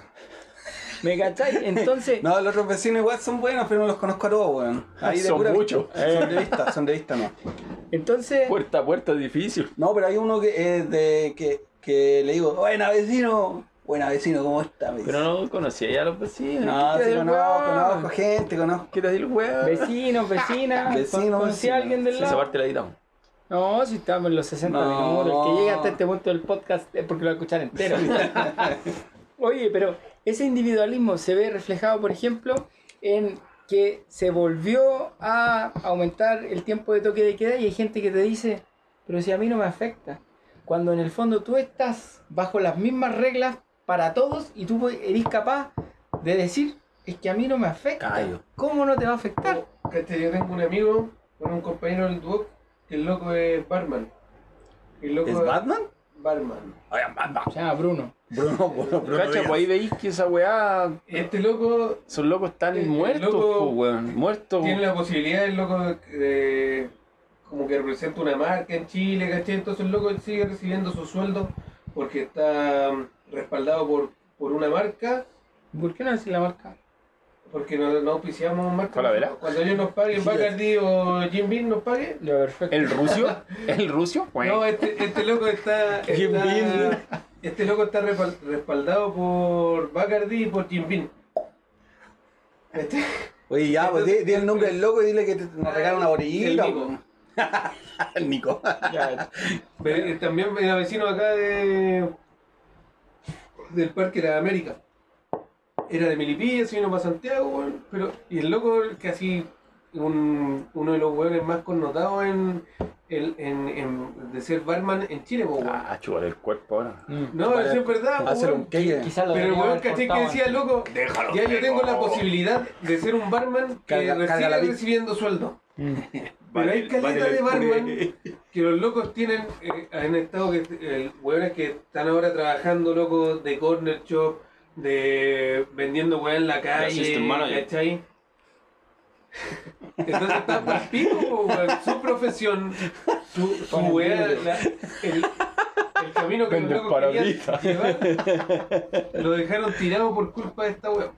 A: ¿Me cacháis? Entonces,
B: No, los otros vecinos igual son buenos, pero no los conozco a todos, weón. Ahí de
C: Son
B: pura-
C: muchos.
B: Son de vista, son de vista, no.
A: entonces,
C: Puerta a puerta es difícil.
B: No, pero hay uno que, eh, de, que, que le digo, buena vecino, buena vecino, ¿cómo está? Me dice.
C: Pero no conocía ya a los vecinos.
B: no,
A: Ah,
D: [laughs]
C: ¿Qué
B: sí,
C: del
B: conozco,
C: weón?
B: conozco gente, conozco.
C: ¿Qué era del weón?
A: vecinos, vecinas,
B: Vecinos,
A: conocí
B: vecinas.
A: a alguien del
C: Esa
A: lado.
C: parte la editamos.
A: No, si estamos en los 60
B: No.
A: minutos. El que llega hasta este punto del podcast es porque lo va a escuchar entero. Oye, pero ese individualismo se ve reflejado, por ejemplo, en que se volvió a aumentar el tiempo de toque de queda y hay gente que te dice, pero si a mí no me afecta. Cuando en el fondo tú estás bajo las mismas reglas para todos y tú eres capaz de decir, es que a mí no me afecta.
F: Callo.
A: ¿Cómo no te va a afectar?
D: Cachai, Este, yo tengo un amigo, con un compañero del Duoc, que el loco es barman. El loco
F: ¿Es Batman?
D: barman.
F: Ay, Batman.
A: Se llama Bruno.
F: [laughs] Bruno, Bruno, Bruno.
C: Cacha,
F: Díaz.
C: pues ahí veis que esa weá.
D: Este loco
C: Son locos están
D: El
C: muertos,
D: Eh, loco
C: po, weón. Muertos.
D: tiene la posibilidad, el loco eh, como que representa una marca en Chile, ¿cachai? Entonces el loco sigue recibiendo su sueldo porque está mm, respaldado por, por una marca,
A: ¿Por qué no decir la marca?
D: porque no, no auspiciamos marca.
C: Falabella.
D: Cuando ellos nos paguen, Bacardi o Jim Beam nos paguen,
A: Ya, perfecto.
C: El
D: [laughs]
C: rucio. El rucio,
D: No,
C: weón.
D: este, este loco está. está-
F: Jim Beam.
D: este loco está repal- respaldado por Bacardi y por Jim Beam. Este,
F: Oye, ya, pues di, di el nombre del loco y dile que te, nos regala una
D: El
F: orillita. pues.
D: Nico.
F: [laughs] El Nico.
A: Ya,
D: Ve- eh, también era vecino acá de. del Parque de la América. Era de Melipilla, se vino para Santiago, weón, pero. Y el loco, que así. un- uno de los hueones más connotados en, en, en- en- de ser barman en Chile, po, weón.
C: Ah, chupar el cuerpo ahora.
A: Mm.
D: No, eso es verdad, po,
F: Hacer
D: weón.
F: un queque.
A: Quizás lo
D: Pero el
A: debería
D: weón,
A: haber
D: caché que
A: cortado
D: decía, loco, ya yo tengo la posibilidad de ser un barman que
F: Carga-
D: recibe
F: carga la pic.
D: recibiendo sueldo. Pero
E: Vale,
D: hay caleta
E: vale,
D: de barman
E: pure.
D: que los locos tienen eh, en estado que eh, hueones que están ahora trabajando locos de corner shop, de vendiendo weón en la calle,
C: assistant manager.
D: ¿cachai? Entonces está para pico, po, weón. su profesión, su, su
A: Con el
D: weá,
A: libro.
D: la- el, el camino que los
C: Vende
D: locos querían
C: parabrisas.
D: llevar, lo dejaron tirado por culpa de esta weá.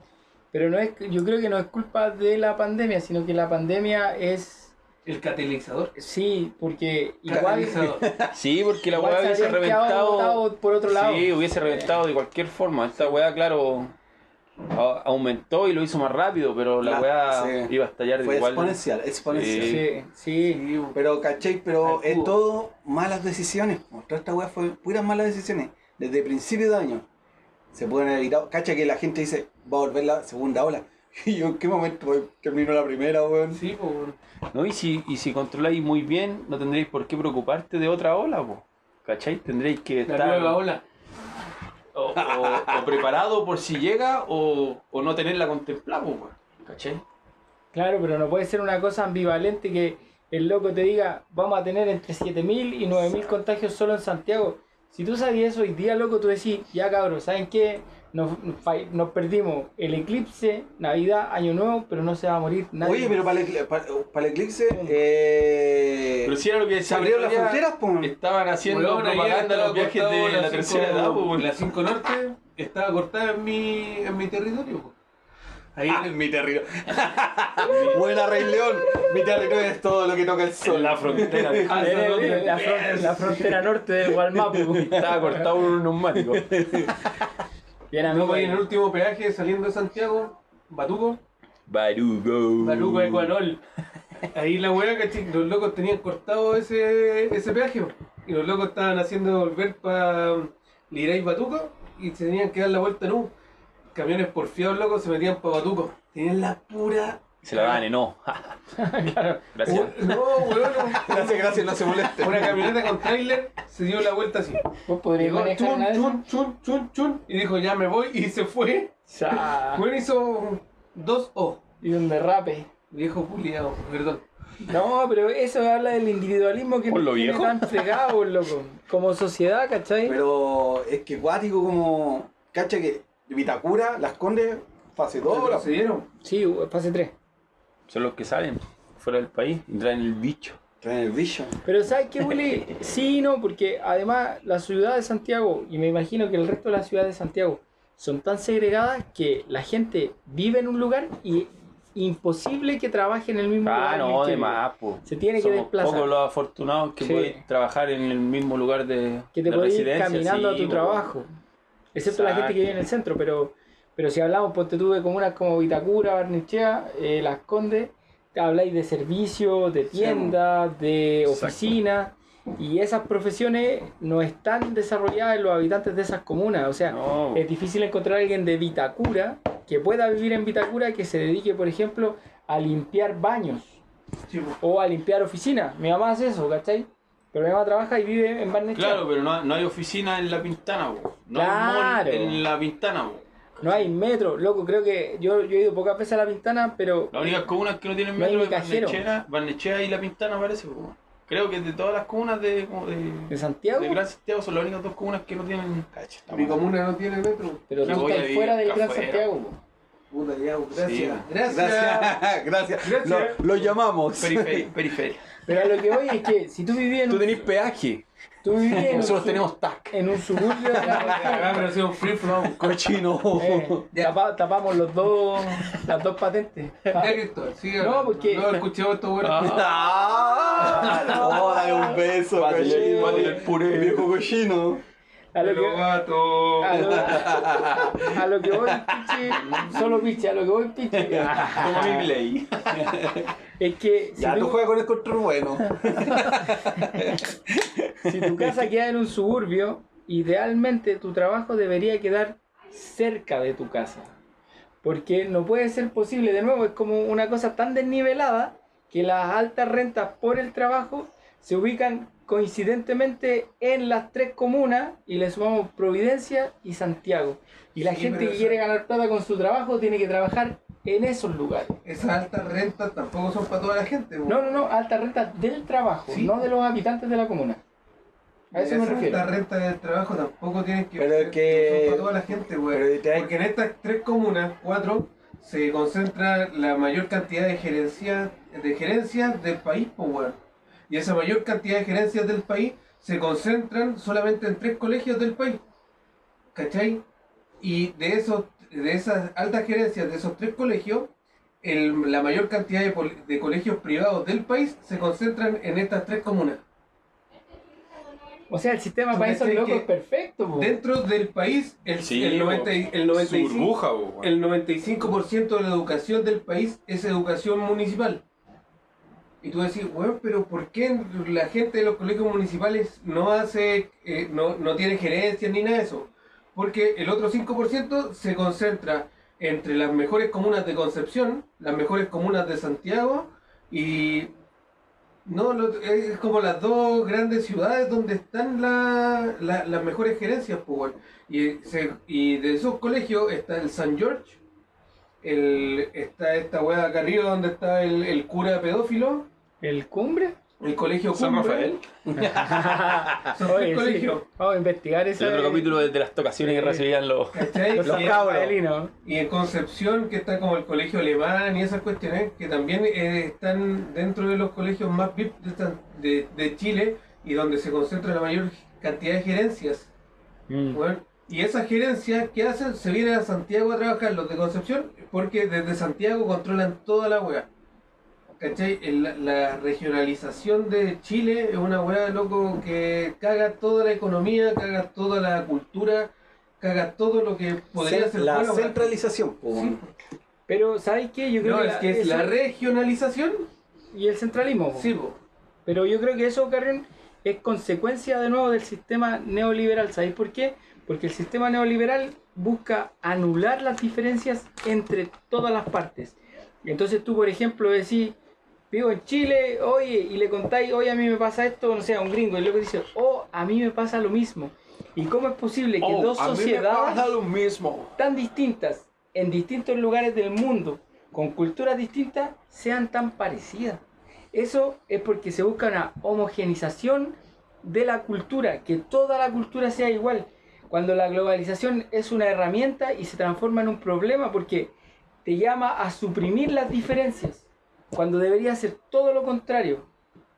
A: Pero no es, yo creo que no es culpa de la pandemia, sino que la pandemia es.
D: El catalizador.
A: Sí, porque [laughs] igual.
D: Catalizador.
C: Sí, porque la
A: igual
C: weá hubiese
A: se habrían quedado
C: reventado.
A: botados por otro lado.
C: Sí, hubiese reventado de cualquier forma. Esta weá, claro, a- aumentó y lo hizo más rápido, pero la
D: Ah,
F: La-
C: weá
F: sí.
C: iba a estallar
F: Fue
C: igual.
F: exponencial, exponencial.
C: Sí.
A: sí, sí.
D: Sí, weón.
F: Pero, ¿cachai? Pero
D: Al
F: es
D: cubo.
F: todo malas decisiones. po. Toda esta weá fue puras malas decisiones. Desde principio de año. Se pueden haber evitado. Cacha que la gente dice, va a volver la segunda ola. [laughs] Y yo, ¿en qué momento weón? terminó la primera, weón?
D: Sí, po, weón.
C: ¿No? Y si, y si controláis muy bien, no tendréis por qué preocuparte de otra ola, po. ¿Cachai? Tendréis que
D: La
C: estar
D: nueva ola.
C: O, o-
D: [laughs]
C: o preparado por si llega o, o no tenerla contemplada, po, weón. ¿Cachai?
D: Eh,
A: Claro, pero no puede ser una cosa ambivalente que el loco te diga, vamos a tener entre 7.000 y 9.000 contagios solo en Santiago. Si tú sabías eso hoy día, loco, tú decís, ya cabrón, ¿saben qué? Nos, fa- nos perdimos el eclipse, Navidad, Año Nuevo, pero no se va a morir nadie. Ah,
F: Oye, pero para el, ecl- para, para el eclipse, eh,
C: Pero si era lo que
F: se
C: decía
F: abrieron
C: el
F: las
C: otro día,
F: fronteras, po.
C: Estaban haciendo
D: Weón, ayer
C: propaganda
D: estaba
C: los viajes
D: cortado
C: de la,
D: cinco-
C: tercera edad, po, weón.
D: La 5 Norte estaba cortada en mi, en mi territorio. po. Ahí
F: Ah,
D: en el-
F: mi
D: [laughs]
F: territorio. Buena Rey León. Mi territorio es todo lo que toca el sol.
C: En la frontera.
A: Ah,
D: Hasta
A: eh,
D: donde
A: eh, la, fron- la frontera norte del Gualmapu.
C: Estaba cortado por un neumático.
A: Bien,
D: No,
A: amigo.
D: pues, en el último peaje saliendo de Santiago, Batuco,
C: [laughs] Barugo.
D: Baluco de Ecuador. Ahí la weá, ¿cachai? Los locos tenían cortado ese, ese peaje. po. Y los locos estaban haciendo volver para Liray Batuco y se tenían que dar la vuelta en U. Camiones porfiados locos se metían para Batuco. Tenían la pura.
C: Se la
A: [laughs]
C: gane, no. Gracias.
A: Uh.
D: Oh, No,
B: [laughs]
D: weón. no.
F: Gracias, gracias, no se moleste.
D: Una camioneta con trailer se dio la vuelta así.
A: ¿Vos podrías
D: Llegó
A: manejar
D: chun,
A: una de esas?
D: chun, chun, chun, chun, y dijo ya me voy y se fue.
A: Sa-
D: Bueno, hizo dos O.
A: Y un derrape.
D: Viejo Juliado, perdón.
A: No, pero eso habla del individualismo que
C: ¿Por
A: nos
C: lo
A: tiene
C: viejo?
A: tan fregados, loco. Como sociedad, ¿cachai?
F: Pero es que cuático como. Cacha que Vitacura, Las Condes, fase 2.
D: ¿Todo se dieron?
A: Sí, pase 3.
C: Son los que salen fuera del país y traen el bicho.
F: Traen el Vision.
A: Pero ¿sabes qué,
C: [laughs]
A: Willy? Sí y no, porque además la ciudad de Santiago, y me imagino que el resto de la ciudad de Santiago, son tan segregadas que la gente vive en un lugar y imposible que trabaje en el mismo lugar.
C: Ah,
A: en el
C: no,
A: que
C: de
A: vive.
C: más, po.
A: Se tiene que
C: Somos
A: desplazar.
C: pocos los afortunados que
A: Sí.
C: podéis trabajar en el mismo lugar de
A: que te
C: de
A: podés ir
C: residencia,
A: caminando
C: sí,
A: a tu
C: po.
A: trabajo. Excepto la gente
C: Exacto.
A: que vive en el centro, pero, pero si hablamos, ponte tú de comunas como Vitacura, Barnechea, eh, Las Condes, habláis de servicios, de tiendas, de
C: Exacto.
A: oficinas, y esas profesiones no están desarrolladas en los habitantes de esas comunas. O sea,
C: No.
A: es difícil encontrar a alguien de Vitacura que pueda vivir en Vitacura que se dedique, por ejemplo, a limpiar baños
D: Chico.
A: o a limpiar oficinas. Mi mamá hace eso, ¿cachai? Pero mi mamá trabaja y vive en Barnechea.
E: Claro, pero no, no hay oficina en la Pintana, po. No hay mall
A: Claro.
E: en la Pintana, po.
A: No hay metro, loco, creo que yo, yo he ido pocas veces a La Pintana, pero
E: Las únicas comunas que no tienen
A: No hay
E: metro
A: ni
E: es
A: cajero.
E: Barnechea, Barnechea y La Pintana parece. pues, weón. Creo que de todas las comunas de, como de,
A: de Santiago,
E: de Gran Santiago son las únicas dos comunas que no tienen cacha. está
D: Mi
E: mal.
D: comuna no tiene metro.
A: pero
E: Yo
A: tú
E: voy a
A: estás
E: vivir
A: fuera del
E: acá
A: Gran
E: afuera.
A: Santiago. po.
D: Puta, ya, pues,
E: Sí.
D: gracias. Gracias.
F: Gracias, gracias.
D: Gracias.
F: Lo, lo llamamos.
A: [laughs]
E: [laughs] Periferia. periferia.
A: Pero a lo que voy es que si tú vivías
F: [laughs]
A: en
F: Tú
A: un,
F: tenés peaje.
A: tú vivías en un
F: Nosotros
A: sub-
F: tenemos TAC.
A: en un suburbio de Gran
E: [laughs]
A: Santiago,
D: Ah, pero ha sido un free flow.
F: [laughs] Cochino.
A: eh, tapa- tapamos los dos, las dos patentes.
D: Ya, Cristóbal, sigue
A: No,
D: hablando.
A: porque-
D: No, escuchamos esto, bueno.
F: Ah, [laughs] no, dale un beso,
E: Va a tener-
F: cochino.
E: va a tener
A: [laughs]
E: puré.
F: Viejo cochino.
A: A lo
D: Pero
A: que, Ah,
D: gato.
A: a lo, a lo que voy, piche, solo piche, a lo que voy,
E: [laughs]
A: piche,
E: Como mi play.
A: es que si
F: Ya, tú
A: tú-
F: juegas con el control [laughs] bueno.
A: si tu casa queda en un suburbio, idealmente tu trabajo debería quedar cerca de tu casa. Porque no puede ser posible, de nuevo, es como una cosa tan desnivelada que las altas rentas por el trabajo se ubican coincidentemente en las tres comunas y le sumamos Providencia y Santiago. Y la
D: Sí,
A: gente
D: pero
A: que
D: eso-
A: quiere ganar plata con su trabajo tiene que trabajar en esos lugares.
D: Esas altas rentas tampoco son para toda la gente, bo.
A: No, no, no, alta renta del trabajo,
D: Sí.
A: no de los habitantes de la comuna. A eso me
D: Esas
A: refiero.
D: altas rentas del trabajo tampoco tienen que
F: Pero
D: ser-
F: que-
D: son para toda la gente, güey.
F: Pero te hay-
D: Porque en estas tres comunas, cuatro, se concentra la mayor cantidad de gerencias de gerencias del país, po, weón. Y esa mayor cantidad de gerencias del país se concentran solamente en tres colegios del país. ¿Cachai? Y de esos de esas altas gerencias de esos tres colegios, el- la mayor cantidad de, pol- de colegios privados del país se concentran en estas tres comunas.
A: O sea, el sistema
D: ¿Tú
A: para esos
D: crees
A: locos
D: que
A: es perfecto, po.
D: Dentro del país, el,
E: Sí,
D: el, 90 y- el 95
E: Burbuja, po, weón.
D: el 95% de la educación del país es educación municipal. Y tú decís, bueno, pero ¿por qué la gente de los colegios municipales no hace, eh, no, no tiene gerencia ni nada de eso? Porque el otro 5% se concentra entre las mejores comunas de Concepción, las mejores comunas de Santiago y... No, lo- es como las dos grandes ciudades donde están la- la- las mejores gerencias, pues, weón. Y, se- y de esos colegios está el San George, el, está esta hueá acá arriba donde está el, el cura pedófilo,
A: ¿El cumbre?
D: el colegio
E: San
D: Cumbre. Ah.
E: Rafael.
D: Son
A: Oye,
D: tres
A: sí.
D: colegios.
A: Vamos a investigar ese
C: El otro capítulo de, de las tocaciones que recibían los.
D: ¿cachai?
A: Los
D: Y-
A: cabros. Rafaelinos.
D: Y en Concepción, que está como el colegio alemán y esas cuestiones, que también eh, están dentro de los colegios más VIP de, esta- de- de Chile y donde se concentra la mayor cantidad de gerencias.
A: Mm.
D: Bueno, y esas gerencias que hacen se vienen a Santiago a trabajar los de Concepción porque desde Santiago controlan toda la weá. ¿Cachai? El- la- la regionalización de Chile es una weá loco que caga toda la economía, caga toda la cultura, caga todo lo que podría ser
F: la
D: bueno, weá.
F: centralización, po.
D: Sí.
A: Pero, ¿sabes qué? Yo creo
D: No,
A: que,
D: es
A: la-
D: que es
A: eso-
D: la regionalización.
A: Y el centralismo, po.
D: Sí, po.
A: Pero yo creo que eso, Carrión, es consecuencia de nuevo del sistema neoliberal. ¿Sabéis por qué? Porque el sistema neoliberal busca anular las diferencias entre todas las partes. Entonces tú, por ejemplo, decís, vivo en Chile, oye, y le contáis, oye, a mí me pasa esto, no sé, a un gringo, y luego dice, oh, a mí me pasa lo mismo. ¿Y cómo es posible que
E: Oh,
A: dos sociedades
E: lo mismo.
A: tan distintas en distintos lugares del mundo, con culturas distintas, sean tan parecidas. Eso es porque se busca una homogenización de la cultura, que toda la cultura sea igual. Cuando la globalización es una herramienta y se transforma en un problema porque te llama a suprimir las diferencias, cuando debería ser todo lo contrario.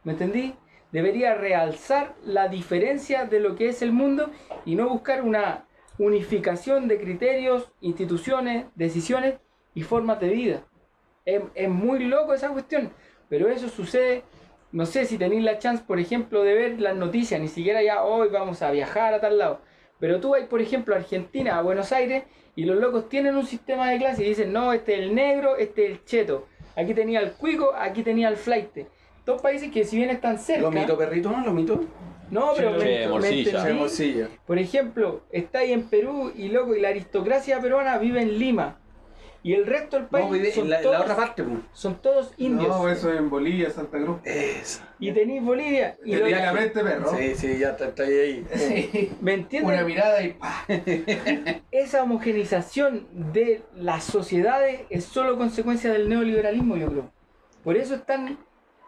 A: ¿Me entendí? Debería realzar la diferencia de lo que es el mundo y no buscar una unificación de criterios, instituciones, decisiones y formas de vida. Es, es muy loco esa cuestión, pero eso sucede, no sé si tenéis la chance, por ejemplo, de ver las noticias, ni siquiera ya hoy vamos a viajar a tal lado, pero tú vas, por ejemplo, a Argentina, a Buenos Aires, y los locos tienen un sistema de clase y dicen, no, este es el negro, este es el cheto, aquí tenía el cuico, aquí tenía el flaite. Dos países que si bien están cerca...
F: ¿Lo mito, perrito? ¿No lo mito?
A: No, pero
E: Sí,
A: me- me
C: morcilla.
A: entendí.
F: Hermosilla.
A: Por ejemplo, está ahí en Perú y loco, y la aristocracia peruana vive en Lima. Y el resto del país
B: No, vive
A: son,
B: en la, en la
A: todos,
B: otra parte, pues.
A: son todos indios.
D: No, eso en Bolivia, Santa Cruz.
B: Eso.
A: Y tenéis Bolivia. Y lo-
D: Tendría la mente, perro.
B: Sí, sí, ya está, está ahí.
D: Sí.
A: ¿Me
D: [laughs] Una
A: entienden?
D: mirada y pa.
A: Esa homogenización de las sociedades es solo consecuencia del neoliberalismo, yo creo. Por eso es tan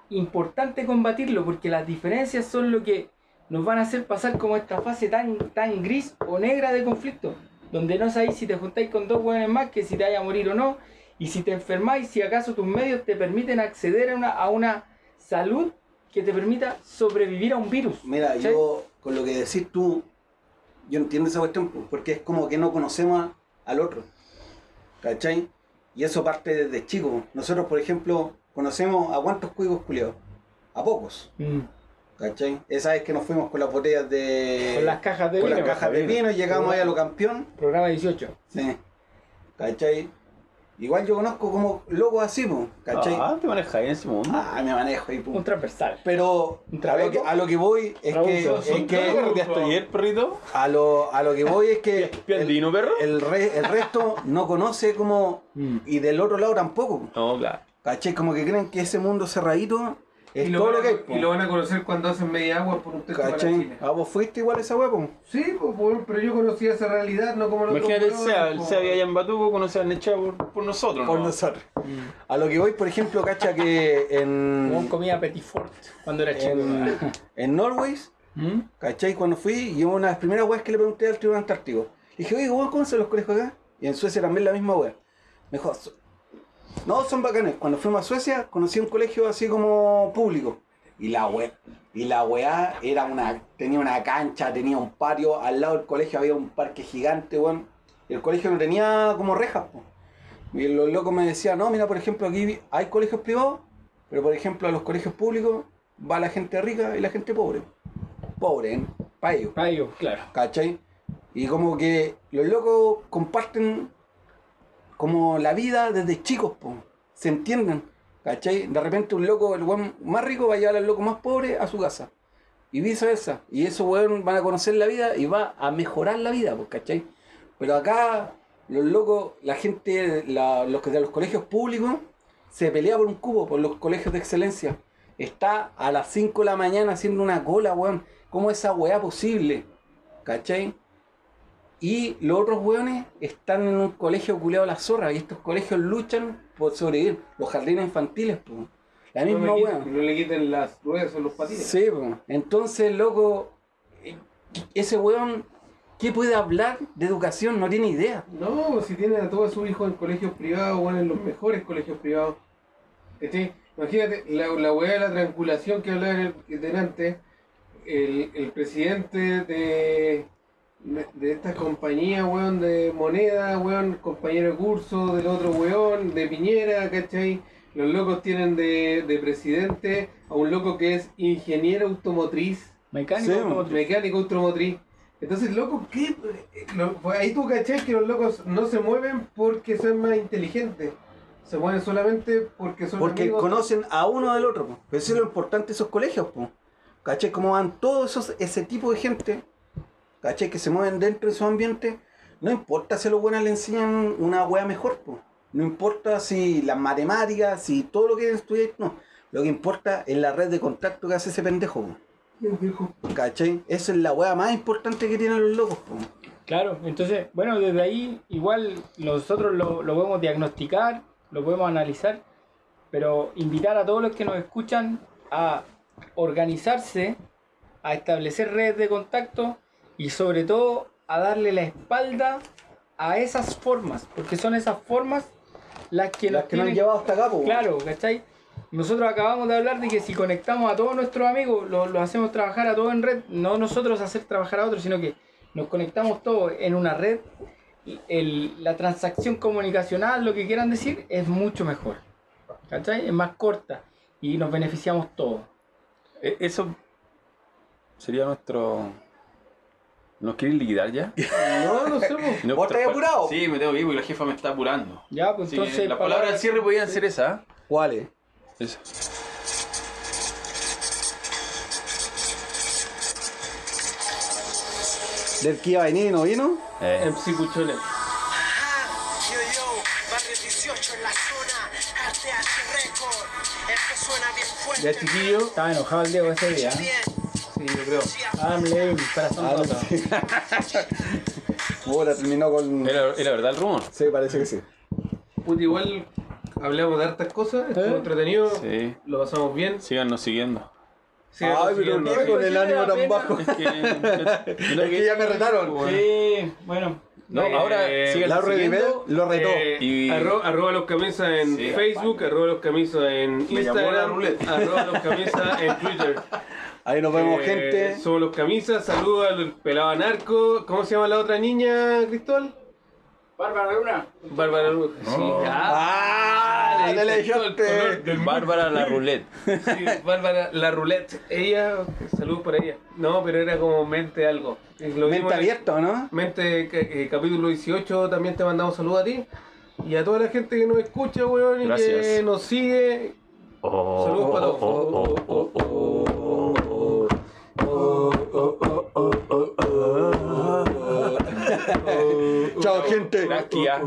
A: importante combatirlo, porque las diferencias son lo que nos van a hacer pasar como esta fase tan, tan gris o negra de conflicto, donde no sabéis si te juntáis con dos hueones más, que si te vaya a morir o no, y si te enfermáis, si acaso tus medios te permiten acceder a una, a una salud que te permita sobrevivir a un virus.
B: Mira,
A: ¿cachai?
B: yo con lo que decís tú, yo entiendo esa cuestión, pues, porque es como que no conocemos a- al otro. ¿Cachai? Y eso parte desde chico. Nosotros, por ejemplo, conocemos a cuántos cuicos culiados. A pocos.
A: Mm.
B: ¿Cachai? Esa vez que nos fuimos con las botellas de.
A: Con las cajas de
B: con las
A: vino.
B: cajas de vino y llegamos ahí a lo campeón.
A: Programa 18.
B: Sí. ¿Cachai? Igual yo conozco como locos así, pues, ¿cachai?
C: Ah, te manejas en ese mundo.
B: Ah, me manejo ahí,
A: Un
B: pues.
A: transversal.
B: Pero
A: Un
B: a lo, que,
A: trabeco.
B: a lo que voy es
A: Raúl,
B: que,
A: son-
B: es
A: son
B: que
C: ¿Qué hasta ayer, perrito?
B: a lo, a lo que voy es que el,
C: ¿Piandino, perro?
B: el re- el resto no conoce como
D: Mm.
B: y del otro lado tampoco.
C: No, claro.
B: ¿Cachai? Como que creen que ese mundo cerradito es
D: Y lo,
B: todo
D: van
B: lo
D: a-
B: que hay.
D: y
B: po.
D: lo van a conocer cuando hacen media agua por un techo para
B: ¿Cachai?
D: Chile.
B: ¿A vos fuiste igual a esa hueá, po?
D: Sí, pues, bueno, pero yo conocía esa realidad, no como los
C: Imagínate el
D: otros
C: SEA,
D: hueones,
C: el
D: po.
C: SEA vivía allá en Batuco, conocía a Nechea por, por nosotros,
B: Por
C: ¿no?
B: nosotros. A lo que voy, por ejemplo, cacha que
A: Como
B: en,
A: comía Petit Fort cuando era chico.
B: en, en Norway,
C: ¿Mm?
B: ¿cachai? Cuando fui, yo una de las primeras weas que le pregunté al tribunal antártico. Le dije, oye, weón, ¿cómo son los colegios acá? Y en Suecia también la misma wea. Me dijo, "So- no, son bacanes. Cuando fuimos a Suecia, conocí un colegio así como público. Y la wea, y la weá era una, tenía una cancha, tenía un patio, al lado del colegio había un parque gigante, weón. Y el colegio no tenía como rejas, po. Y los locos me decían, no, mira, por ejemplo, aquí hay colegios privados, pero por ejemplo a los colegios públicos va la gente rica y la gente pobre. Pobre, para ellos.
A: Ah, yo, claro.
B: ¿Cachai? Y como que los locos comparten como la vida desde chicos, po. se entienden. ¿Cachai? De repente un loco, el weón más rico va a llevar al loco más pobre a su casa. Y viceversa. Y esos weón van a conocer la vida y va a mejorar la vida, pues, ¿cachai? Pero acá los locos, la gente, la- los que de los colegios públicos, se pelea por un cubo, por los colegios de excelencia. Está a las 5 de la mañana haciendo una cola, weón. ¿Cómo esa weá posible? ¿Cachai? Y los otros weones están en un colegio culeado a la zorra. Y estos colegios luchan por sobrevivir. Los jardines infantiles, pues. La
D: No,
B: misma
D: me
B: weá.
D: quiten- no le quiten las ruedas o los patines.
B: Sí, po. entonces, loco, eh, ese weón, ¿qué puede hablar de educación? No tiene idea.
D: No, si tienen a todos sus hijos en colegios privados, bueno, en los mejores colegios privados. ¿Cachai? Imagínate, la, la weá de la triangulación que hablaba el, el delante, el, el presidente de, de, de esta compañía, weón, de moneda, weón, compañero de curso, del otro weón, de Piñera, ¿cachai? Los locos tienen de, de presidente a un loco que es ingeniero automotriz
A: Mecánico.
B: Sí,
A: como tú.
D: mecánico automotriz. Entonces, loco, ¿qué? Lo- pues, ahí tú cachás que los locos no se mueven porque son más inteligentes. Se mueven solamente porque son
B: Porque
D: amigos.
B: conocen a uno del otro. po. Pero eso es lo importante de esos colegios, po. ¿Cachai? Como van todos esos, ese tipo de gente, ¿cachai? Que se mueven dentro de su ambiente. No importa si a los buenos le enseñan una wea mejor, po. No importa si las matemáticas, si todo lo que estudiar, no. Lo que importa es la red de contacto que hace ese pendejo, po.
D: Dijo,
B: ¿Cachai? Esa es la wea más importante que tienen los locos, po.
A: Claro, entonces, bueno, desde ahí igual nosotros lo, lo podemos diagnosticar, lo podemos analizar, pero invitar a todos los que nos escuchan a organizarse, a establecer redes de contacto y sobre todo a darle la espalda a esas formas, porque son esas formas las que
B: las
A: nos
B: que nos han
A: tienen-
B: llevado hasta acá, po.
A: Claro, ¿cachai? Nosotros acabamos de hablar de que si conectamos a todos nuestros amigos, los hacemos trabajar a todos en red, no nosotros hacer trabajar a otros, sino que nos conectamos todos en una red, y el- la transacción comunicacional, lo que quieran decir, es mucho mejor. ¿Cachai? Es más corta y nos beneficiamos todos.
C: E- Eso sería nuestro... ¿Nos quieren
B: [laughs]
C: liquidar ya?
D: No, no somos.
C: No, pues.
B: ¿Vos estás apurado?
C: Sí, me tengo que ir porque la jefa me está apurando.
A: Ya, pues
C: Sí,
A: entonces...
C: las
A: palabras-
C: palabras de cierre podían ser esas. ¿ah?
B: ¿Cuál es?
C: Esa.
B: ¿Del que iba a venir y no vino?
C: Eh.
D: Psicuchones.
G: Yo, yo, padre y
A: Ya chiquillo. Estaba enojado el Diego ese día.
G: Sí, yo creo.
A: Adam Levine, corazón
B: Ah,
A: roto.
B: sí. Ahora terminó con.
C: Eh, Era, era verdad el rumor.
B: Sí, parece que sí.
D: Puta, igual hablamos de hartas cosas, estuvo
A: ¿Eh?
D: entretenido,
C: Sí.
D: lo pasamos bien.
C: Síganos siguiendo.
B: Ay,
D: Sigamos
B: pero
D: siguiendo,
B: ¿qué
D: sí. Eh,
B: con el ánimo tan bajo?
C: Es que, yo creo
B: Es que
C: que-
B: ya me retaron.
A: Sí, bueno.
C: No, ahora
D: Eh,
C: sigan
B: Lauro Rivera
C: siguiendo.
B: lo retó.
D: Eh,
C: Y-
D: arro- arroba los camisas en
C: Sí,
D: Facebook, arroba los camisas en
G: llamó la
D: Instagram,
G: ruleta.
D: arroba los camisas en Twitter.
B: Ahí nos vemos,
D: Eh,
B: gente.
D: Somos los camisas, saludos al pelado anarco. ¿Cómo se llama la otra niña, Cristóbal?
A: Bárbara Luna.
D: Bárbara Luz.
B: Oh.
D: Sí, ah,
B: ¡Ah!
D: le
B: ¡Te
D: diste todo el color
B: elegiste!
C: Bárbara la roulette.
D: sí, Bárbara la roulette. Ella, saludos para ella. No, pero era como mente algo. Eh, Lo vimos en el-
B: Mente abierta, ¿no?
D: Mente, ca- eh, capítulo 18, también te mandamos saludos a ti y a toda la gente que nos escucha, weón, y que
C: Gracias.
D: nos sigue.
B: Oh,
D: Saludos para todos.
B: Chao, gente.
C: Gracias.